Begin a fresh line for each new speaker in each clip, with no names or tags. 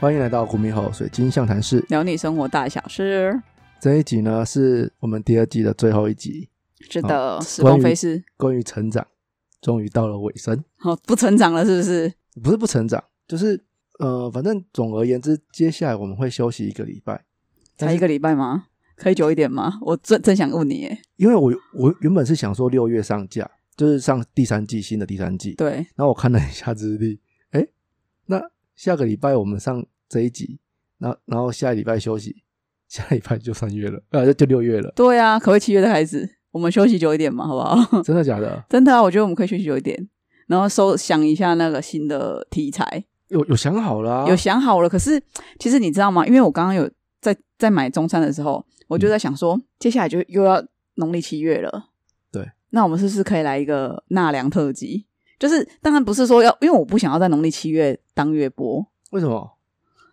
欢迎来到股民猴水晶象谈室。
聊你生活大小事。
这一集呢，是我们第二季的最后一集，
是的，
好
时
关
光
于
飞逝，
关于成长，终于到了尾声。
哦，不成长了是不是？
不是不成长，就是呃，反正总而言之，接下来我们会休息一个礼拜。但
才
是
一个礼拜吗？可以久一点吗？我真真想问你耶，
因为我我原本是想说六月上架，就是上第三季新的第三季。
对，
然后我看了一下日历，哎，那下个礼拜我们上这一集，然后然后下礼拜休息，下礼拜就三月了，啊，就就六月了，
对啊，可不可以七月再开始？我们休息久一点嘛，好不好？
真的假的？
真的啊，我觉得我们可以休息久一点，然后收想一下那个新的题材，
有有想好啦、
有想好了。可是其实你知道吗？因为我刚刚有在在买中餐的时候，我就在想说，接下来就又要农历七月了，
对，
那我们是不是可以来一个纳凉特辑？就是当然不是说要，因为我不想要在农历七月当月播，
为什么？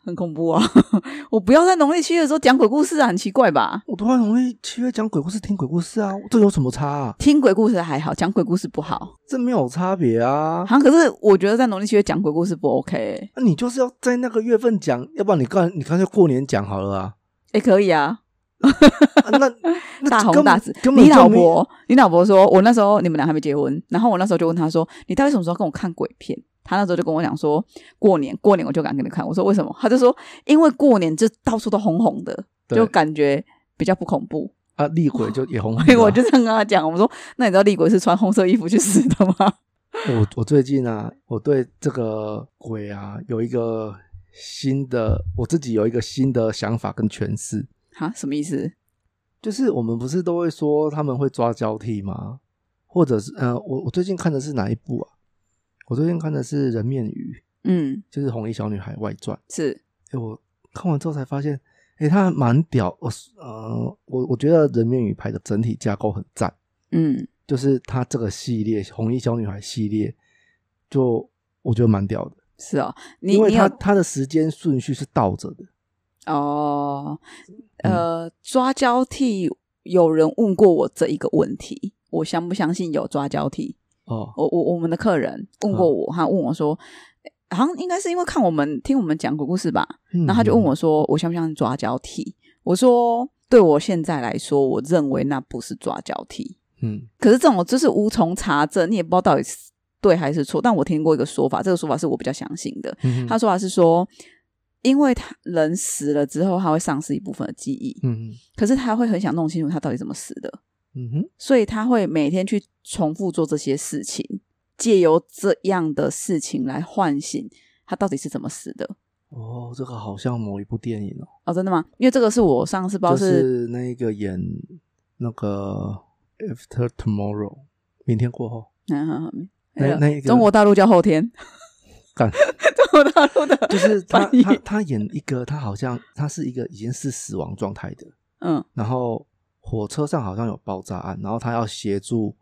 很恐怖啊！ 我不要在农历七月的时候讲鬼故事啊，很奇怪吧？
我都很容易哎七月讲鬼故事，听鬼故事啊，这有什么差啊？
听鬼故事还好，讲鬼故事不好。
这没有差别啊。
好、啊，可是我觉得在农历七月讲鬼故事不 OK 欸、
那你就是要在那个月份讲，要不然你干你干脆过年讲好了 啊。
哎、可以啊，
啊那那
大红
根本
大紫。
根本
你
就
老
没
婆，你老婆说，我那时候你们俩还没结婚，然后我那时候就问她说，你到底什么时候跟我看鬼片？她那时候就跟我讲说，过年过年我就敢给你看。我说为什么？她就说因为过年就到处都红红的，
对
就感觉比较不恐怖。
啊，厉鬼就 也红红的啊、
所以哎我就这样跟她讲，我说那你知道厉鬼是穿红色衣服去死的吗？
我我最近啊，我对这个鬼啊有一个新的，我自己有一个新的想法跟诠释，
哈，什么意思？
就是我们不是都会说他们会抓交替吗？或者是呃，我我最近看的是哪一部啊？我最近看的是《人面鱼
嗯》，，
就是《红衣小女孩外传》。
是
哎，我看完之后才发现，哎，它蛮屌。我呃，我我觉得《人面鱼》拍的整体架构很赞，
嗯，
就是它这个系列《红衣小女孩》系列，就我觉得蛮屌的。
是哦，你
因为
你
它
有
它的时间顺序是倒着的，
哦，呃，抓交替有人问过我这一个问题，我相不相信有抓交替？
哦，
我我我们的客人问
嗯
过我，他问我说，诶好像应该是因为看我们听我们讲鬼故事吧，
嗯
然后他就问，我说，我相不相信抓交替？我说，对我现在来说，我认为那不是抓交替，
嗯，
可是这种就是无从查证，你也不知道到底是对还是错。但我听过一个说法，这个说法是我比较相信的。
嗯
他，说法是说，因为他人死了之后，他会丧失一部分的记忆，
嗯
可是他会很想弄清楚他到底怎么死的，
嗯哼，
所以他会每天去重复做这些事情，借由这样的事情来唤醒他到底是怎么死的。
哦，这个好像某一部电影哦，
哦，真的吗？因为这个是我上次不知道
就是是那个演那个 After Tomorrow，明天过后，
嗯嗯嗯
那
个
那一个
中国大陆叫后天，
干
中国大陆的
就是他
翻译
他他演一个，他好像他是一个已经是死亡状态的，
嗯
然后火车上好像有爆炸案，然后他要协助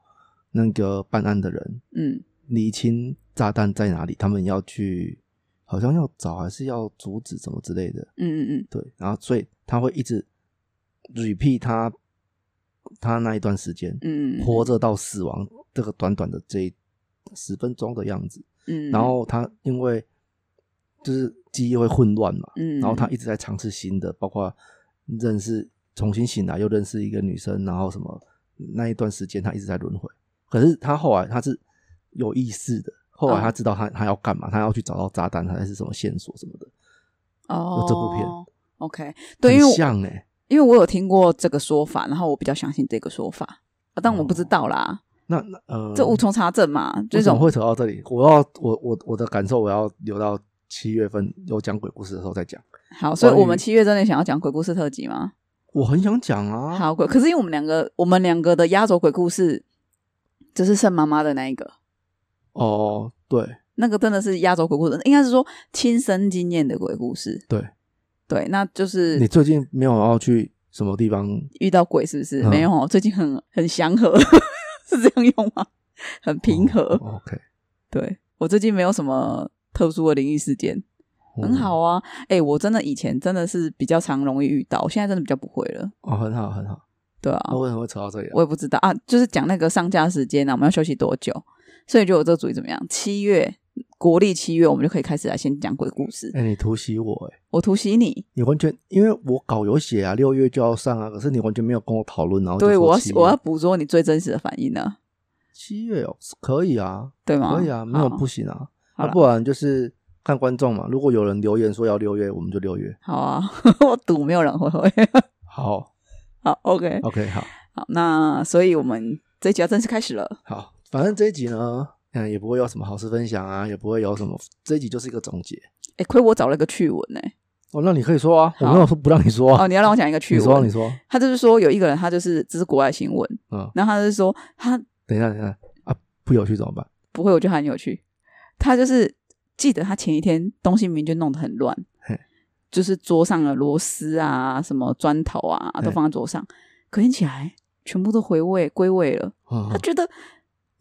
那个办案的人
嗯
厘清炸弹在哪里，他们要去好像要找还是要阻止什么之类的，
嗯嗯嗯，
对，然后所以他会一直 repeat 他他那一段时间、
嗯，
活着到死亡这个短短的这一十分钟的样子，
嗯，
然后他因为就是记忆会混乱嘛，
嗯，
然后他一直在尝试新的，包括认识重新醒来又认识一个女生，然后什么那一段时间他一直在轮回。可是他后来他是有意识的，后
嗯
来他知道他、他要干嘛，他要去找到炸弹，还是什么线索什么的，
哦，
这部片
OK，对，因为
很
我
像哎、
因为我有听过这个说法，然后我比较相信这个说法，啊但我不知道啦，
那那呃，
这无从查证嘛。这
哦为什么
种
会扯到这里？我要我我我的感受，我要留到七月份有讲鬼故事的时候再讲。
好，所以
关于
我们七月真的想要讲鬼故事特辑吗？
我很想讲啊，
好鬼，可是因为我们两个，我们两个的压轴鬼故事，就是圣妈妈的那一个，
哦，对
那个真的是压轴鬼故事，应该是说亲身经验的鬼故事。
对，
对，那就是
你最近没有要去什么地方？
遇到鬼是不是？
嗯
没有哦，最近很很祥和， 是这样用吗？很平和。
哦 OK，
对我最近没有什么特殊的灵异事件。
嗯
很好啊，哎、我真的以前真的是比较常容易遇到，我现在真的比较不会了。
哦，很好很好。
对啊
那，为什么会扯到这里啊？
我也不知道啊，就是讲那个上架时间啊，我们要休息多久，所以就有这个主意怎么样？七月国历七月，我们就可以开始来先讲鬼故事。
哎、你突袭我、哎，
我突袭你，
你完全因为我稿有写啊，六月就要上啊，可是你完全没有跟我讨论，然后哦就
对
说
我
七
要
月
我要捕捉你最真实的反应呢，
七月哦，可以啊，
对吗？
可以啊，没有
好
不行啊，
好
那
啦
不然就是看观众嘛，如果有人留言说要六月，我们就六月，
好啊， 我赌没有人会回。
好
好，OK，
，OK，好。
好，那所以我们这一集要正式开始了。
好，反正这一集呢，嗯，也不会有什么好事分享啊，也不会有什么，这一集就是一个总结。
哎，亏我找了一个趣闻呢、
哦，那你可以说啊，我
好
没有说不让你说啊，
哦，你要让我讲一个
你
趣
说啊你
闻。
说啊，
他就是说有一个人，他就是这是国外新闻，
嗯，
然后他就是说他
等一下，等一下啊，不有趣怎么办？
不会，我觉得他很有趣。他就是记得他前一天东西明明就弄得很乱
嘿，
就是桌上的螺丝啊、什么砖头啊
嘿
都放在桌上，隔天起来全部都回位归位了。
嗯
他，觉得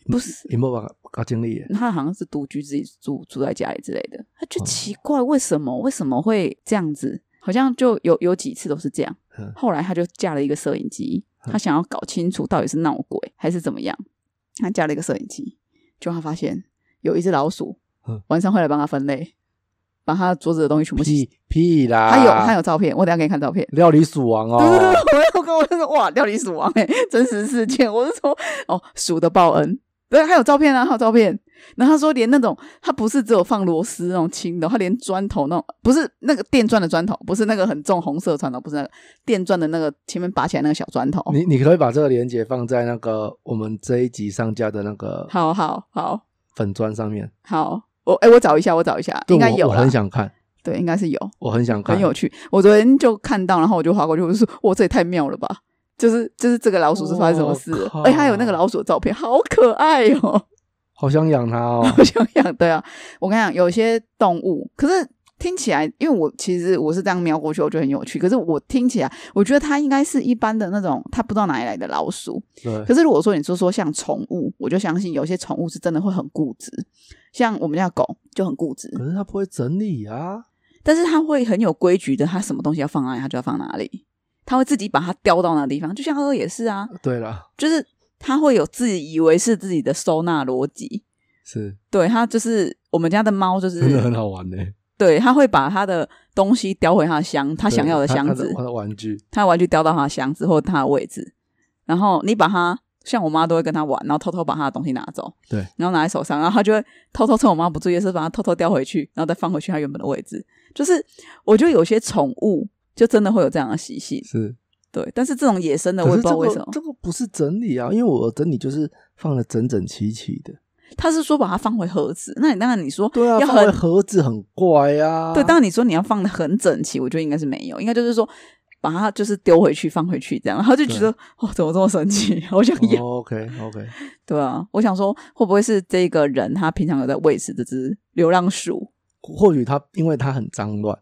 不是，
有没有把把经历耶？
他好像是独居自己住住在家里之类的，他觉得
哦
奇怪，为什么为什么会这样子？好像就有有几次都是这样
嗯。
后来他就架了一个摄影机，
嗯
他想要搞清楚到底是闹鬼还是怎么样。他架了一个摄影机，就他发现有一只老鼠
嗯
晚上会来帮他分类，把他桌子的东西全部洗。
屁啊屁啦！
他有他有照片，我等一下给你看照片。
料理鼠王哦，
对对对， 我跟我就说哇，料理鼠王哎、真实事件，我是说哦，鼠的报恩，对，还有照片啊，还有照片。然后他说，连那种他不是只有放螺丝那种轻的，他连砖头那种不是那个电钻的砖头，不是那个很重红色的砖头，不是那个电钻的那个前面拔起来那个小砖头。
你你可不可以把这个链接放在那个我们这一集上架的那个
好好好
粉砖上面？
好，我哎、我找一下，我找一下，
对
应该
我
有
我
啦
很。想看，
对，应该是有，
我很想看，
很有趣。我昨天就看到，然后我就划过去，我就说：“哇，这也太妙了吧！”就是就是这个老鼠是发生什么事了
哦我靠？
哎、还有那个老鼠的照片，好可爱哦、
好想养它 哦。
我想养，对啊，我跟你讲，有些动物，可是听起来，因为我其实我是这样瞄过去，我觉得很有趣。可是我听起来，我觉得它应该是一般的那种，它不知道哪里来的老鼠。
对，
可是如果说你说说像宠物，我就相信有些宠物是真的会很固执，像我们家的狗就很固执，
可是它不会整理啊。
但是它会很有规矩的，它什么东西要放哪里，它就要放哪里，它会自己把它叼到那个地方。就像二也是啊，
对了，
就是它会有自己以为是自己的收纳逻辑。
是
对，它就是我们家的猫，就是
真的很好玩呢。
对，他会把他的东西叼回他的箱，他
他
想要的箱
他
子，
他的玩具，
他的玩具叼到他的箱子或他的位置，然后你把他，像我妈都会跟他玩，然后偷偷把他的东西拿走，
对，
然后拿在手上，然后他就会偷偷趁我妈不注意的时候把他偷偷叼回去，然后再放回去他原本的位置。就是我觉得有些宠物就真的会有这样的习性，
是。
对，但是这种野生的我
可是
也不知
这
道
个
为什么，
这个不是整理啊，因为我整理就是放的整整齐齐的。
他是说把它放回盒子，那你当然你说
对啊，
要
放在
很
盒子很怪啊。
对，当然你说你要放的很整齐，我觉得应该是没有，应该就是说把它就是丢回去放回去这样，然后就觉得哇，怎么这么神奇， 好想
哦
养。
OK OK，
对啊，我想说会不会是这个人他平常有在喂食这只流浪鼠？
或许它因为它很脏乱，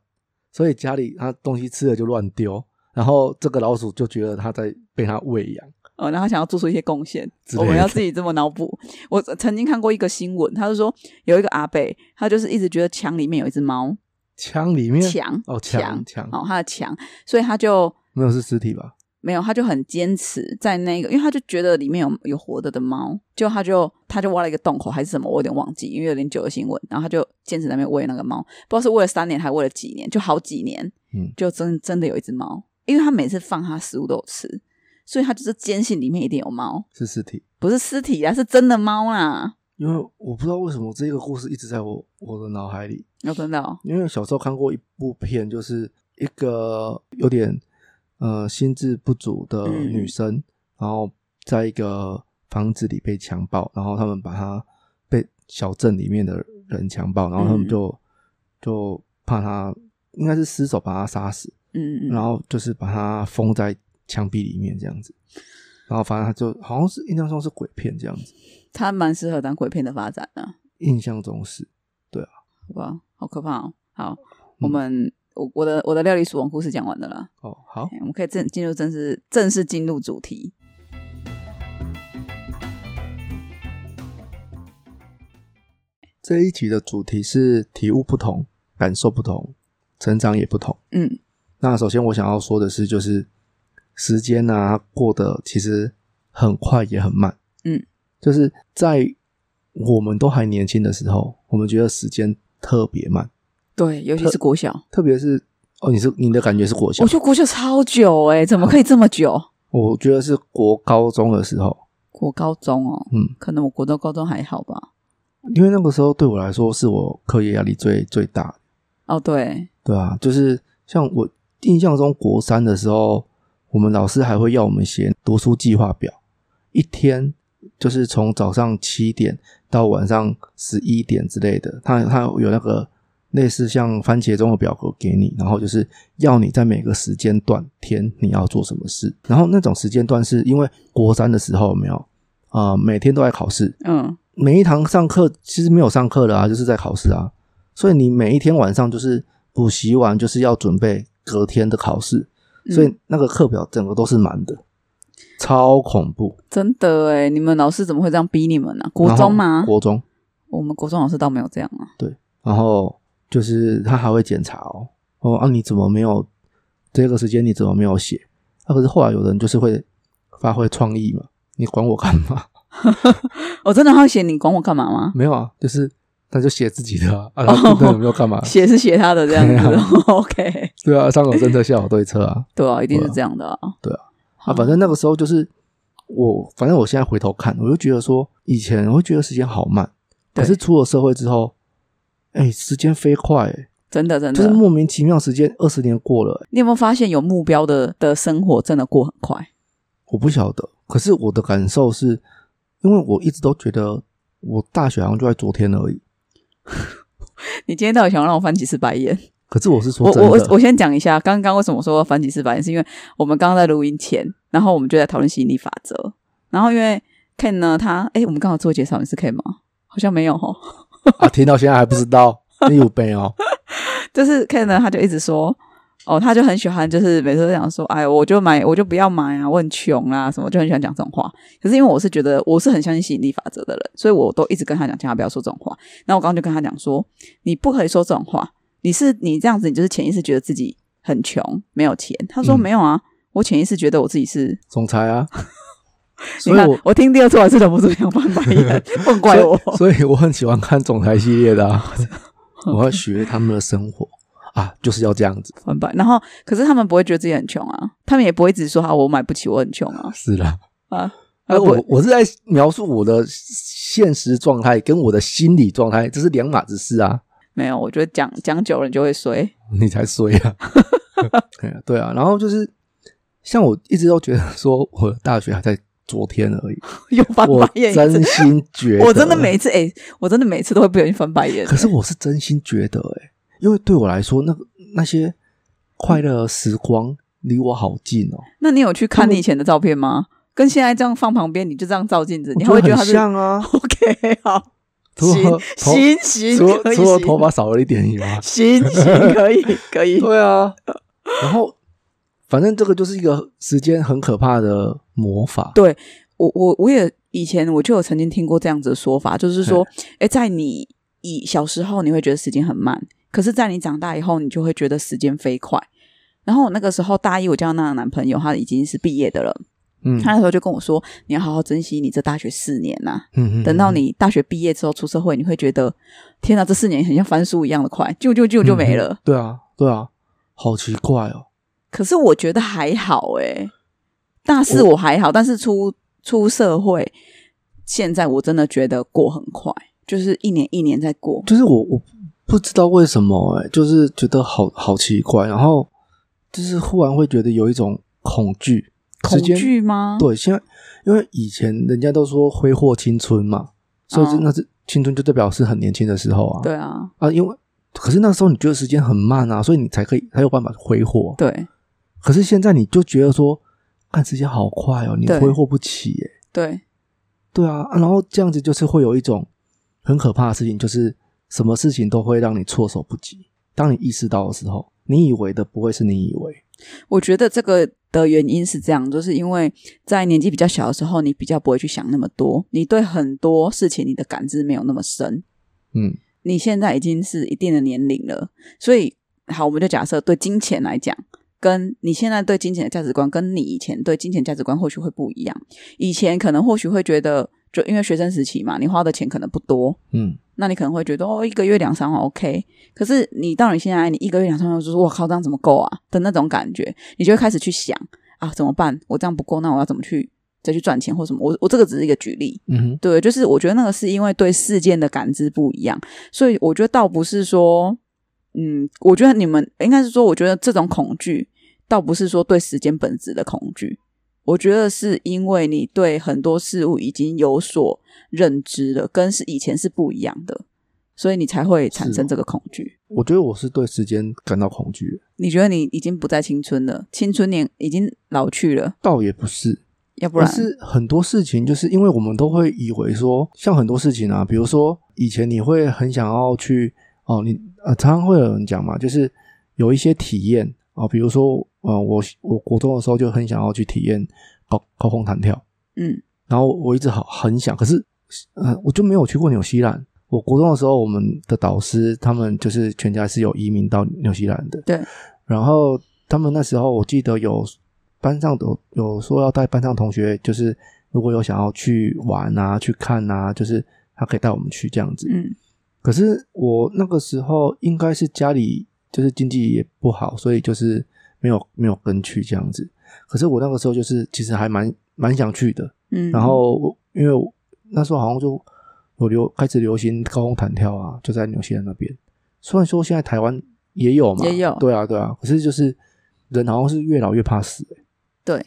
所以家里它东西吃了就乱丢，然后这个老鼠就觉得它在被它喂养。
呃，然后想要做出一些贡献
之，类
我
的
们要自己这么脑补。我曾经看过一个新闻，他就说有一个阿伯，他就是一直觉得墙里面有一只猫，
墙里面
墙
哦
墙
墙墙
哦，他的墙，所以他就
没有是尸体吧？
没有，他就很坚持在那个，因为他就觉得里面有有活着的猫，就他就他就挖了一个洞口还是什么，我有点忘记，因为有点久的新闻。然后他就坚持在那边喂那个猫，不知道是喂了三年还喂了几年，就好几年，
嗯
就真真的有一只猫，因为他每次放它食物都有吃，所以他就是坚信里面一定有猫，
是尸体。
不是尸体啊，是真的猫啦。
因为我不知道为什么这个故事一直在我我的脑海里，
哦，真的哦，
因为小时候看过一部片，就是一个有点呃心智不足的
嗯
女生，然后在一个房子里被强暴，然后他们把她被小镇里面的人强暴，然后他们
嗯
就、就怕她应该是失手把她杀死，
嗯嗯
然后就是把她封在墙壁里面这样子，然后反正她就好像是印象中是鬼片这样子，
它蛮适合当鬼片的发展的、
印象中是
好不好？好可怕哦！好，我们我我的我的料理鼠王故事讲完了啦。
哦好。
我们可以正进入正式正式进入主题。
这一集的主题是体悟不同，感受不同，成长也不同。
嗯，
那首先我想要说的是，就是时间啊，过得其实很快也很慢。
嗯，
就是在我们都还年轻的时候，我们觉得时间特别慢，
对，尤其是国小，
特别是哦，你是你的感觉是国小
我，觉得国小超久哎、怎么可以这么久？
我觉得是国高中的时候，
国高中哦，
嗯，
可能我国到高中还好吧。
因为那个时候对我来说是我课业压力最最大的，
哦，对，
对啊，就是像我印象中国三的时候，我们老师还会要我们写读书计划表，一天就是从早上七点到晚上十一点之类的，他他有那个类似像番茄钟的表格给你，然后就是要你在每个时间段填你要做什么事，然后那种时间段是因为国三的时候有没有啊、呃每天都在考试，
嗯，
每一堂上课其实没有上课的啊，就是在考试啊，所以你每一天晚上就是补习完，就是要准备隔天的考试，
嗯
所以那个课表整个都是满的，超恐怖。
真的哎、你们老师怎么会这样逼你们呢、啊国中
然
吗
后？国中，
我们国中老师倒没有这样啊。
然后就是他还会检查哦，哦啊，你怎么没有这个时间？你怎么没有写？啊，可是后来有人就是会发挥创意嘛，你管我干嘛？
我、哦真的他会写你管我干嘛吗？
没有啊，就是他就写自己的啊，啊
哦
他真的没有干嘛？
写是写他 的这样子、哦
对啊
，OK，
对啊，伤口政策下有对策啊。
对啊，一定是这样的啊。
对啊，
好
啊，反正那个时候就是我，反正我现在回头看，我就觉得说，以前我会觉得时间好慢，可
对
是出了社会之后，哎、时间飞快、哎
真的真
就是
的，
莫名其妙，时间二十年过了、哎
你有没有发现有目标的的生活真的过很快？
我不晓得。可是我的感受是，因为我一直都觉得我大学好像就在昨天而已。
你今天到底想让我翻几次白眼？
可是我是说
我
真的，
我我我先讲一下，刚刚为什么说翻几次白眼，是因为我们刚刚在录音前，然后我们就在讨论吸引力法则，然后因为 Ken 呢，他哎，我们刚好做介绍，你是 Ken 吗？好像没有哦，
啊，听到现在还不知道，你有病哦。
就是 Ken 呢，他就一直说，哦，他就很喜欢，就是每次都想说，哎，我就买，我就不要买啊，我很穷啊，什么，就很喜欢讲这种话。可是因为我是觉得我是很相信吸引力法则的人，所以我都一直跟他讲，叫他不要说这种话。然后我刚刚就跟他讲说，你不可以说这种话，你是你这样子，你就是潜意识觉得自己很穷，没有钱。他说、
嗯
没有啊。我潜意识觉得我自己是，
总裁 啊，
你
所以
看
我。
我听第二次我还是忍不住想翻白眼， 不能怪我。
所以，所以我很喜欢看总裁系列的、啊，我要学他们的生活啊，就是要这样子。
翻白，然后可是他们不会觉得自己很穷啊，他们也不会一直说啊我买不起，我很穷啊
是啦，
啊，
那
不会
我我是在描述我的现实状态跟我的心理状态，这是两码子事啊。
没有，我觉得讲讲久了你就会衰。
你才衰啊！ 哎呀对啊，然后就是像我一直都觉得说，我的大学还在昨天而已，
又 翻
我
白眼一次
真，心觉得，
我真的每一次哎、我真的每一次都会不小心翻白眼。
可是我是真心觉得、欸，因为对我来说，那个那些快乐的时光离我好近哦、
那你有去看你以前的照片吗？跟现在这样放旁边，你就这样照镜子，
我
你还会觉得它
很
是
像啊，
OK 好，
除了
行
头
行行，
除
可
了
以
除了头
行
发少了一点以 外，
行行可以可以，
对啊，然后反正这个就是一个时间很可怕的魔法，
对我我我也以前我就有曾经听过这样子的说法，就是说，哎，在你以小时候你会觉得时间很慢，可是，在你长大以后，你就会觉得时间飞快。然后我那个时候大一，我交那个男朋友，他已经是毕业的了。
嗯
他那时候就跟我说：“你要好好珍惜你这大学四年呐、
嗯嗯，
等到你大学毕业之后出社会，你会觉得天哪，这四年很像翻书一样的快，就就就就没了。
嗯对啊，对啊，好奇怪哦，
可是我觉得还好诶、大四
我
我还好，但是出出社会，现在我真的觉得过很快，就是一年一年在过。
就是我我不知道为什么哎、就是觉得好好奇怪，然后就是忽然会觉得有一种恐惧，
恐
时间
惧吗？
对，现在因为以前人家都说挥霍青春嘛，所以
嗯
真的是青春就代表是很年轻的时候啊，
对啊，
啊，因为可是那时候你觉得时间很慢啊，所以你才可以才有办法挥霍。
对
可是现在你就觉得说，看时间好快哦，你
对
挥霍不起耶。
对，
对啊，啊然后这样子就是会有一种很可怕的事情，就是什么事情都会让你措手不及。当你意识到的时候，你以为的不会是你以为，
我觉得这个的原因是这样，就是因为在年纪比较小的时候，你比较不会去想那么多，你对很多事情你的感知没有那么深。
嗯
你现在已经是一定的年龄了，所以好，我们就假设对金钱来讲，跟你现在对金钱的价值观，跟你以前对金钱价值观或许会不一样。以前可能或许会觉得就因为学生时期嘛，你花的钱可能不多，
嗯，
那你可能会觉得哦，一个月两三万 OK，可是你到你现在，你一个月两三万，就是我靠，这样怎么够啊的那种感觉，你就会开始去想啊，怎么办？我这样不够，那我要怎么去再去赚钱或什么？我我这个只是一个举例，
嗯哼，
对，就是我觉得那个是因为对事件的感知不一样，所以我觉得倒不是说，嗯，我觉得你们应该是说，我觉得这种恐惧倒不是说对时间本质的恐惧，我觉得是因为你对很多事物已经有所认知了，跟是以前是不一样的，所以你才会产
是哦
生这个恐惧。
我觉得我是对时间感到恐惧，
你觉得你已经不在青春了，青春年已经老去了，
倒也不是，
要不
而
然
是很多事情，就是因为我们都会以为说，像很多事情啊，比如说以前你会很想要去哦，你呃常常会有人讲嘛，就是有一些体验啊、哦比如说呃，我我国中的时候就很想要去体验高高空弹跳，
嗯
然后我一直好很想，可是呃我就没有去过纽西兰。我国中的时候，我们的导师他们就是全家是有移民到纽西兰的，
对，
然后他们那时候我记得有班上有有说要带班上同学，就是如果有想要去玩啊、去看啊，就是他可以带我们去这样子。
嗯
可是我那个时候应该是家里就是经济也不好，所以就是没有没有跟去这样子。可是我那个时候就是其实还蛮蛮想去的，
嗯，
然后我因为我那时候好像就有流开始流行高空弹跳啊，就在纽西兰那边。虽然说现在台湾也有嘛，
也有
对啊对啊，可是就是人好像是越老越怕死、欸，
对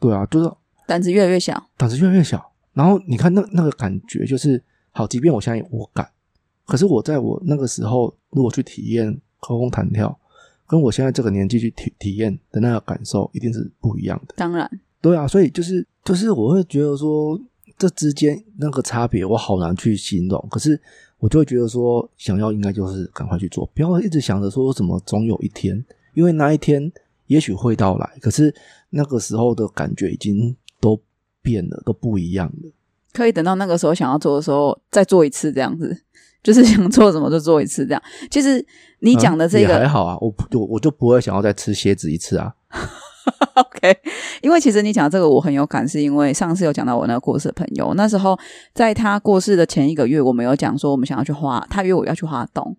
对啊，就是
胆子越来越小，
胆子越来越小。然后你看那那个感觉就是，好，即便我现在我敢，可是我在我那个时候如果去体验高空弹跳，跟我现在这个年纪去体体验的那个感受一定是不一样的。
当然
对啊，所以就是就是我会觉得说这之间那个差别我好难去形容，可是我就会觉得说想要应该就是赶快去做，不要一直想着说怎么总有一天，因为那一天也许会到来，可是那个时候的感觉已经都变了，都不一样了。
可以等到那个时候想要做的时候再做一次，这样子，就是 想做什么就做一次这样。其实你讲的这
嗯也
个、
还好啊，我不我我就不会想要再吃蝎子一次啊。
OK，因为其实你讲的这个我很有感，是因为上次有讲到我那个过世的朋友，那时候在他过世的前一个月，我们有讲说我们想要去花，他约我要去花东，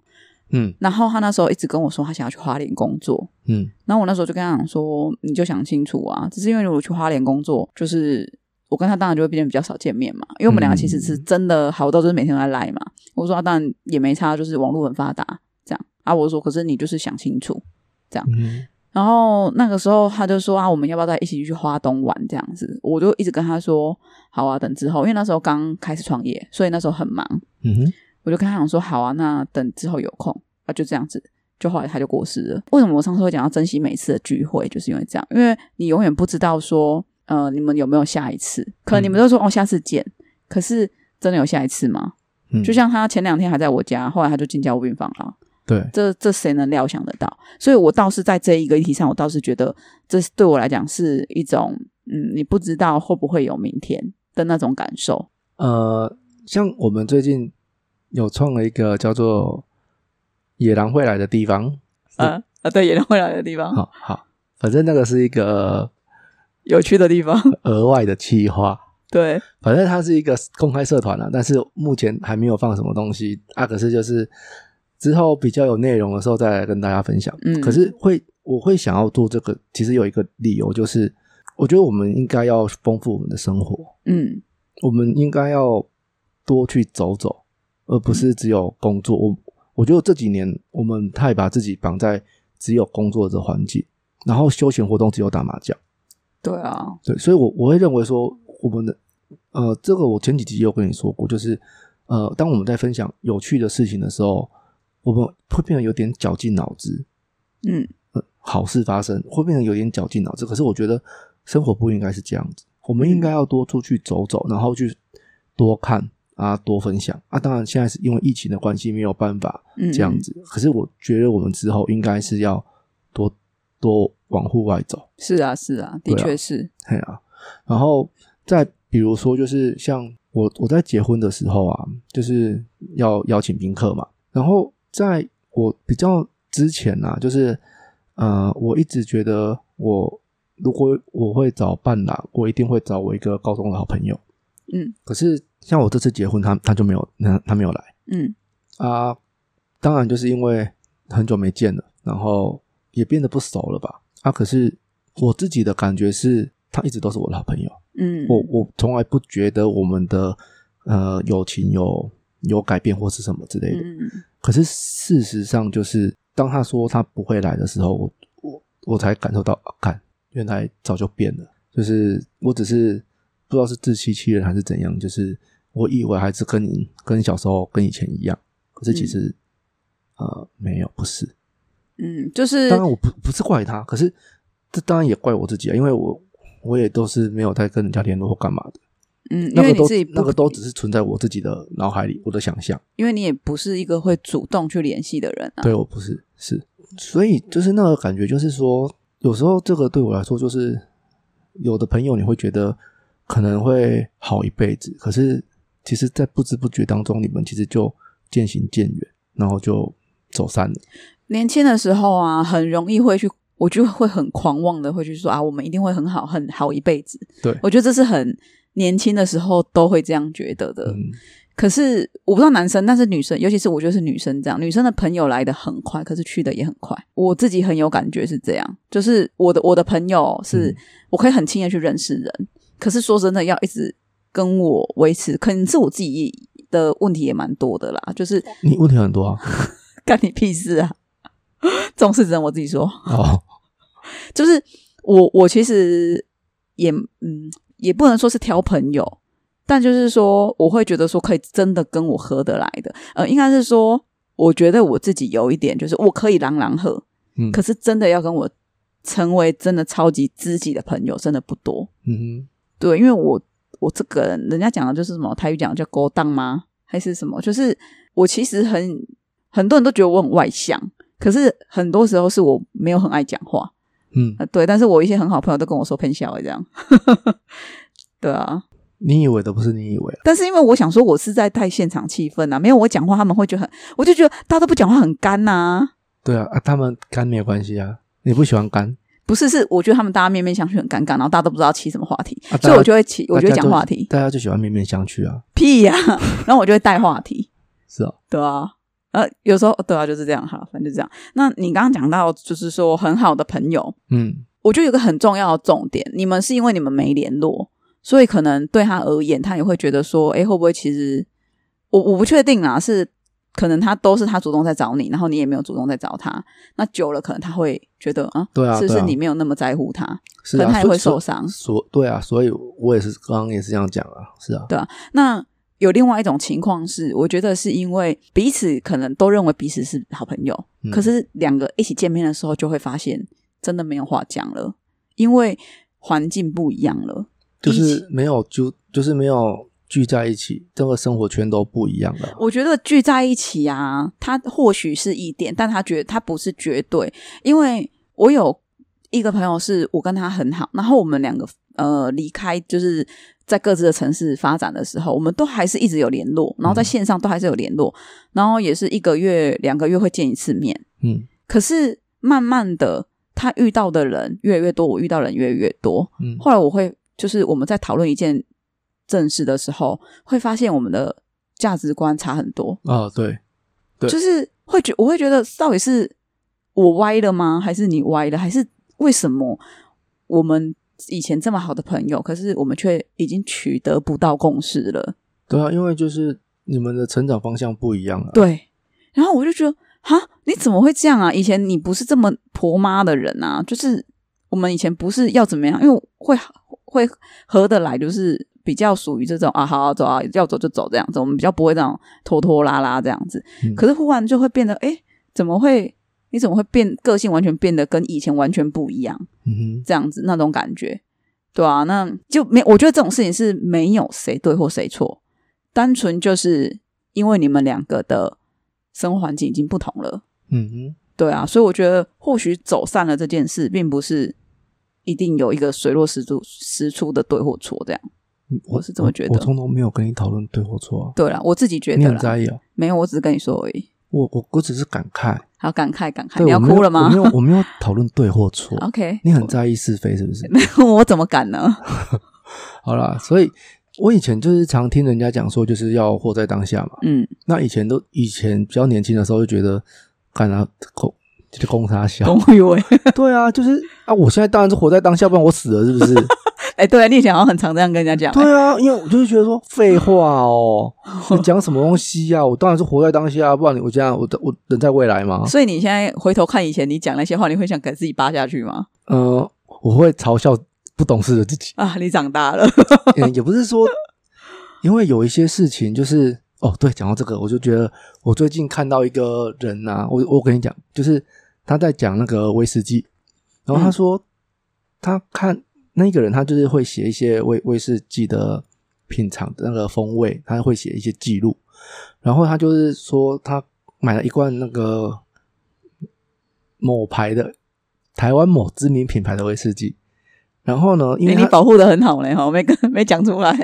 嗯
然后他那时候一直跟我说他想要去花莲工作，
嗯
然后我那时候就跟他讲说，你就想清楚啊，只是因为如果去花莲工作，就是我跟他当然就会变得比较少见面嘛，因为我们两个其实是真的好到就是每天都在赖嘛。我说、啊、当然也没差，就是网络很发达这样啊。我说可是你就是想清楚，
嗯
然后那个时候他就说啊，我们要不要再一起去花东玩这样子？我就一直跟他说好啊，等之后，因为那时候刚开始创业，所以那时候很忙，
嗯哼，
我就跟他讲说好啊，那等之后有空啊，就这样子。就后来他就过世了。为什么我上次会讲要珍惜每一次的聚会，就是因为这样，因为你永远不知道说，呃，你们有没有下一次？可能你们都说、哦，下次见，可是真的有下一次吗？
嗯
就像他前两天还在我家，后来他就进加护病房了。
对，
这这谁能料想得到？所以我倒是在这一个议题上，我倒是觉得呃这是对我来讲是一种，嗯，你不知道会不会有明天的那种感受。
呃，像我们最近有创了一个叫做“野狼会来的地方
啊啊，对，也能会来的地”，方，
好好，反正那个是一个
有趣的地方，
额外的企划，
对，
反正它是一个公开社团了、啊但是目前还没有放什么东西啊。可是就是之后比较有内容的时候再来跟大家分享。
嗯
可是会我会想要做这个，其实有一个理由就是，我觉得我们应该要丰富我们的生活。
嗯
我们应该要多去走走，而不是只有工作。我我觉得这几年我们太把自己绑在只有工作的环境，然后休闲活动只有打麻将。
对啊，
对，所以我我会认为说，我们的呃，这个我前几集也有跟你说过，就是呃，当我们在分享有趣的事情的时候，我们会变得有点绞尽脑汁。
嗯，
呃好事发生，会变得有点绞尽脑汁。可是我觉得生活不应该是这样子，我们应该要多出去走
嗯
走，然后去多看啊，多分享啊。当然，现在是因为疫情的关系，没有办法
嗯
这样子。可是我觉得我们之后应该是要多多往户外走，
是啊是啊，的
对啊
确是，
嘿啊。然后再比如说，就是像我我在结婚的时候啊，就是要邀请宾客嘛。然后在我比较之前啊，就是呃，我一直觉得我如果我会找伴郎，我一定会找我一个高中的好朋友。
嗯，
可是像我这次结婚，他他就没有，他他没有来
嗯
啊。当然就是因为很久没见了，然后也变得不熟了吧。啊，可是我自己的感觉是，他一直都是我的好朋友。
嗯，
我我从来不觉得我们的呃友情有有改变或是什么之类的。
嗯
可是事实上，就是当他说他不会来的时候，我我我才感受到，啊干、原来早就变了。就是我只是不知道是自欺欺人还是怎样，就是我以为还是跟你跟小时候跟以前一样，可是其实、呃没有，不是。
嗯，就是
当然我不不是怪他，可是这当然也怪我自己啊，因为我我也都是没有在跟人家联络或干嘛的，
嗯，因
那
为
个
你
都
自己不
那个都只是存在我自己的脑海里，我的想象。
因为你也不是一个会主动去联系的人啊。
对我不是是，所以就是那个感觉，就是说，有时候这个对我来说，就是有的朋友你会觉得可能会好一辈子，可是其实，在不知不觉当中，你们其实就渐行渐远，然后就走散了。
年轻的时候啊，很容易会去，我就会很狂妄的会去说啊，我们一定会很好，很好一辈子。
对
我觉得这是很年轻的时候都会这样觉得的。
嗯，
可是我不知道男生，但是女生，尤其是我觉得是女生这样，女生的朋友来的很快，可是去的也很快。我自己很有感觉是这样，就是我的我的朋友是、
嗯
我可以很轻易地去认识人，可是说真的，要一直跟我维持，可能是我自己的问题也蛮多的啦，就是
你问题很多啊。
干你屁事啊！ 这种事只能我自己说，
哦，
就是我我其实也嗯也不能说是挑朋友，但就是说我会觉得说可以真的跟我合得来的，呃，应该是说我觉得我自己有一点就是我可以朗朗喝，
嗯
可是真的要跟我成为真的超级知己的朋友真的不多，
嗯
对，因为我我这个人，人家讲的就是什么台语讲的叫勾当吗？还是什么？就是我其实很很多人都觉得我很外向，可是很多时候是我没有很爱讲话，
嗯，
呃，对，但是我一些很好朋友都跟我说喷笑欸这样，对啊，
你以为的不是你以为啊，
但是因为我想说，我是在带现场气氛啊，没有我讲话，他们会觉得很，我就觉得大家都不讲话很干呐、
对啊，啊他们干没有关系啊，你不喜欢干，
不是，是我觉得他们大家面面相觑很尴尬，然后大家都不知道起什么话题，
啊大家
所以我就会起，我就
大
会
家
讲
都
话题，
大家就喜欢面面相觑啊，
屁呀、 然后我就会带话题，
是啊，
对啊，呃，有时候对啊，就是这样哈，反正就这样。那你刚刚讲到，就是说很好的朋友，
嗯，
我觉得有个很重要的重点，你们是因为你们没联络，所以可能对他而言，他也会觉得说，诶，会不会其实我我不确定啦，是可能他都是他主动在找你，然后你也没有主动在找他，那久了可能他会觉得啊，
对啊
是不
对
是
啊
你没有那么在乎他？
是
可
啊，
能他也
所以
会受
所以
伤
所对啊，所以我也是刚刚也是这样讲啊，是啊，
那有另外一种情况是，我觉得是因为彼此可能都认为彼此是好朋友，
嗯
可是两个一起见面的时候，就会发现真的没有话讲了，因为环境不一样了。
就
一
是
起
没有就就是没有聚在一起，这个生活圈都不一样的啊。
我觉得聚在一起啊，它或许是一点，但他觉得他不是绝对，因为我有一个朋友是我跟他很好，然后我们两个呃离开就是。在各自的城市发展的时候，我们都还是一直有联络，然后在线上都还是有联络，然后也是一个月、两个月会见一次面。
嗯
可是慢慢的，他遇到的人越来越多，我遇到的人越来越多。
嗯
后来我会就是我们在讨论一件正事的时候，会发现我们的价值观差很多，
啊，对，对
就是会觉我会觉得到底是我歪了吗？还是你歪了？还是为什么我们以前这么好的朋友，可是我们却已经取得不到共识了？
对啊，因为就是你们的成长方向不一样啊。
对，然后我就觉得，哈，你怎么会这样啊？以前你不是这么婆妈的人啊，就是我们以前不是要怎么样，因为会会合得来，就是比较属于这种啊，好好走啊，要走就走这样子，我们比较不会这种拖拖拉拉这样子。
嗯
可是忽然就会变得，哎，怎么会？你怎么会变个性完全变得跟以前完全不一样？
嗯
这样子那种感觉，对啊，那就没我觉得这种事情是没有谁对或谁错，单纯就是因为你们两个的生活环境已经不同了，
哼，嗯哼，
对啊，所以我觉得或许走散了这件事，并不是一定有一个水落石出石出的对或错这样。
嗯
我是这么觉得
我从头没有跟你讨论对或错啊，
对啦，我自己觉
你
得
很
啦，
在意啊。
没有，我只是跟你说而已。
我我我只是感慨，
好感慨感慨，
对
你要
我没有
哭了吗
我没有我没有讨论对或错
，？OK，
你很在意是非是不是？
我我怎么敢呢？
好啦，所以我以前就是常听人家讲说，就是要活在当下嘛。
嗯，
那以前都以前比较年轻的时候就觉得，看他空就是供他笑，
董宇伟，
对啊，就是啊，我现在当然是活在当下，不然我死了是不是？
哎，对啊，你以前好像很常这样跟人家讲，
对啊，因为我就是觉得说废话 哦，你讲什么东西啊呀、我当然是活在当下，不然你我这样我我人在未来吗？
所以你现在回头看以前你讲那些话，你会想给自己扒下去吗？，
呃，我会嘲笑不懂事的自己
啊，你长大了，
嗯，也不是说，因为有一些事情就是哦，对，讲到这个，我就觉得我最近看到一个人呐、我我跟你讲，就是他在讲那个威士忌，然后
嗯
他说、他看那个人，他就是会写一些威威士忌的品尝的那个风味，他会写一些记录，然后他就是说他买了一罐那个某牌的台湾某知名品牌的威士忌。然后呢？因为
哎
他
你保护的很好嘞，哈，没跟 没讲出来，